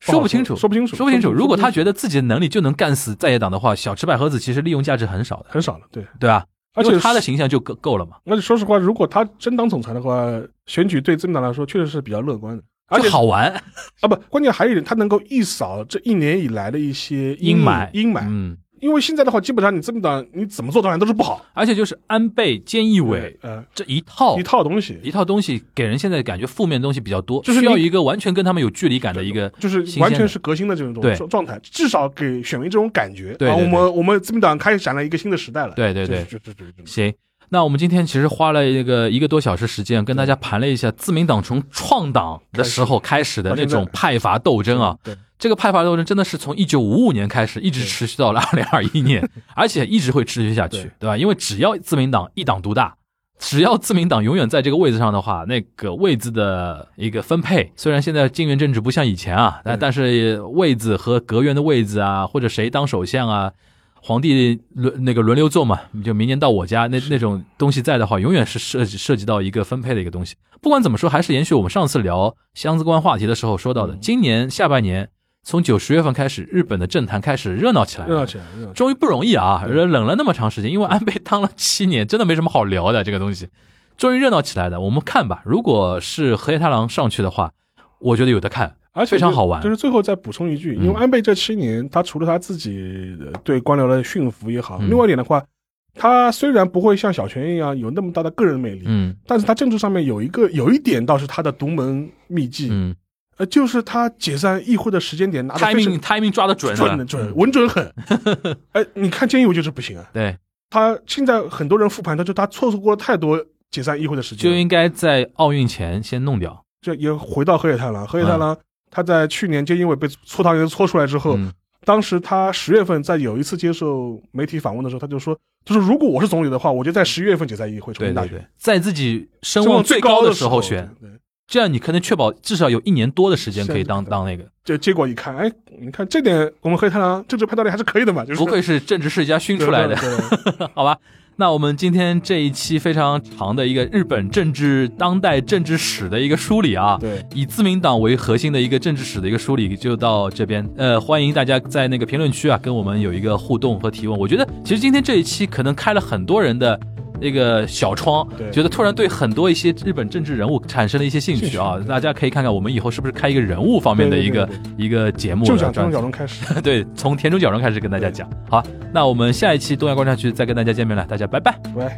B: 说不清楚，
C: 说不清楚，
B: 说不清楚。如果他觉得
C: 得
B: 自己的能力就能干死在野党的话，小池百合子其实利用价值很少的，
C: 很少了， 对。啊
B: 对吧？
C: 而且
B: 因为他的形象就够够了嘛，
C: 而且说实话，如果他真当总裁的话，选举对自民党来说确实是比较乐观的。而且
B: 就好玩，
C: 啊，不，关键还有一点，他能够一扫这一年以来的一些
B: 阴霾，
C: 阴霾，
B: 嗯，
C: 因为现在的话，基本上你自民党你怎么做当然都是不好。
B: 而且就是安倍、菅义伟
C: 呃，
B: 这一套
C: 一套东西
B: 哦一套东西，给人现在感觉负面的东西比较多，
C: 就是
B: 需
C: 你
B: 要一个完全跟他们有距离感的一个，
C: 就是
B: 新鲜
C: 完
B: 的
C: 全是革新的这种
B: 对
C: 状状态，至少给选民这种感觉。
B: 对
C: 啊，
B: 对
C: 我们我们自民党开展了一个新的时代了。
B: 对对
C: 就
B: 对
C: 是，就是就是就是
B: 行。那我们今天其实花了一个一个多小时时间，跟大家盘了一下自民党从创党的时候开始的那种派阀斗争啊，
C: 对，
B: 这个派阀斗争真的是从一九五五年开始，一直持续到了二零二一年，而且一直会持续下去
C: 对，
B: 对吧？因为只要自民党一党独大，只要自民党永远在这个位置上的话，那个位子的一个分配，虽然现在金元政治不像以前啊，但
C: 对
B: 但是位子和阁员的位子啊，或者谁当首相啊。皇帝轮那个轮流坐嘛，你就明年到我家那那种东西在的话，永远是涉及涉及到一个分配的一个东西。不管怎么说，还是延续我们上次聊相关话题的时候说到的，
C: 嗯
B: 今年下半年从九十月份开始，日本的政坛开始热闹起来
C: 热闹
B: 了。
C: 起来，热闹起
B: 终于不容易啊，
C: 对
B: 冷了那么长时间，因为安倍当了七年，真的没什么好聊的这个东西。 终于热闹起来的，我们看吧。如果是河野太郎上去的话，我觉得有的看。
C: 来，而且就
B: 非常好玩
C: 就是最后再补充一句，
B: 嗯
C: 因为安倍这七年，他除了他自己呃对官僚的驯服也好，
B: 嗯
C: 另外一点的话，他虽然不会像小泉一样有那么大的个人魅力，
B: 嗯
C: 但是他政治上面有一个有一点倒是他的独门秘技，
B: 嗯
C: 呃，就是他解散议会的时间点拿的
B: ，timing timing 抓的准啊
C: 准准稳 准狠。哎，你看监狱就是不行啊，
B: 对，
C: 他现在很多人复盘，他就他错过了太多解散议会的时
B: 就
C: 间，
B: 应该在奥运前先弄掉。
C: 这也回到河野太郎，河野太郎。他在去年就因为被搓汤圆搓出来之后，
B: 嗯
C: 当时他十月份在有一次接受媒体访问的时候，他就说，就是如果我是总理的话，我就在十一月份解散议会重
B: 对
C: 新大
B: 对
C: 选，
B: 对，在自己声
C: 声
B: 望
C: 望
B: 最
C: 高
B: 高的
C: 时
B: 时候选，，
C: 对
B: 这样你可能确保至少有一年多的时间可以当
C: 是的
B: 当那个。
C: 就结果一看，哎，你看这点，我们黑太狼政治判断力还是可以的嘛，就是
B: 不愧是政治世家熏出来的，
C: 对对对
B: 好吧？那我们今天这一期非常长的一个日本政治当代政治史的一个梳理啊，
C: 对，
B: 以自民党为核心的一个政治史的一个梳理就到这边。呃，欢迎大家在那个评论区啊跟我们有一个互动和提问。我觉得其实今天这一期可能开了很多人的。那个小窗，
C: 对
B: 觉得突然对很多一些日本政治人物产生了一些兴趣啊
C: 兴，趣
B: 大家可以看看我们以后是不是开一个人物方面的一个
C: 对
B: 一个节目
C: 就
B: 了
C: 想
B: 专
C: 从
B: 辑
C: 小龙 开始，
B: 对，从田中角荣开始跟大家讲。好，那我们下一期东亚观察局再跟大家见面了，大家拜拜。
C: 喂。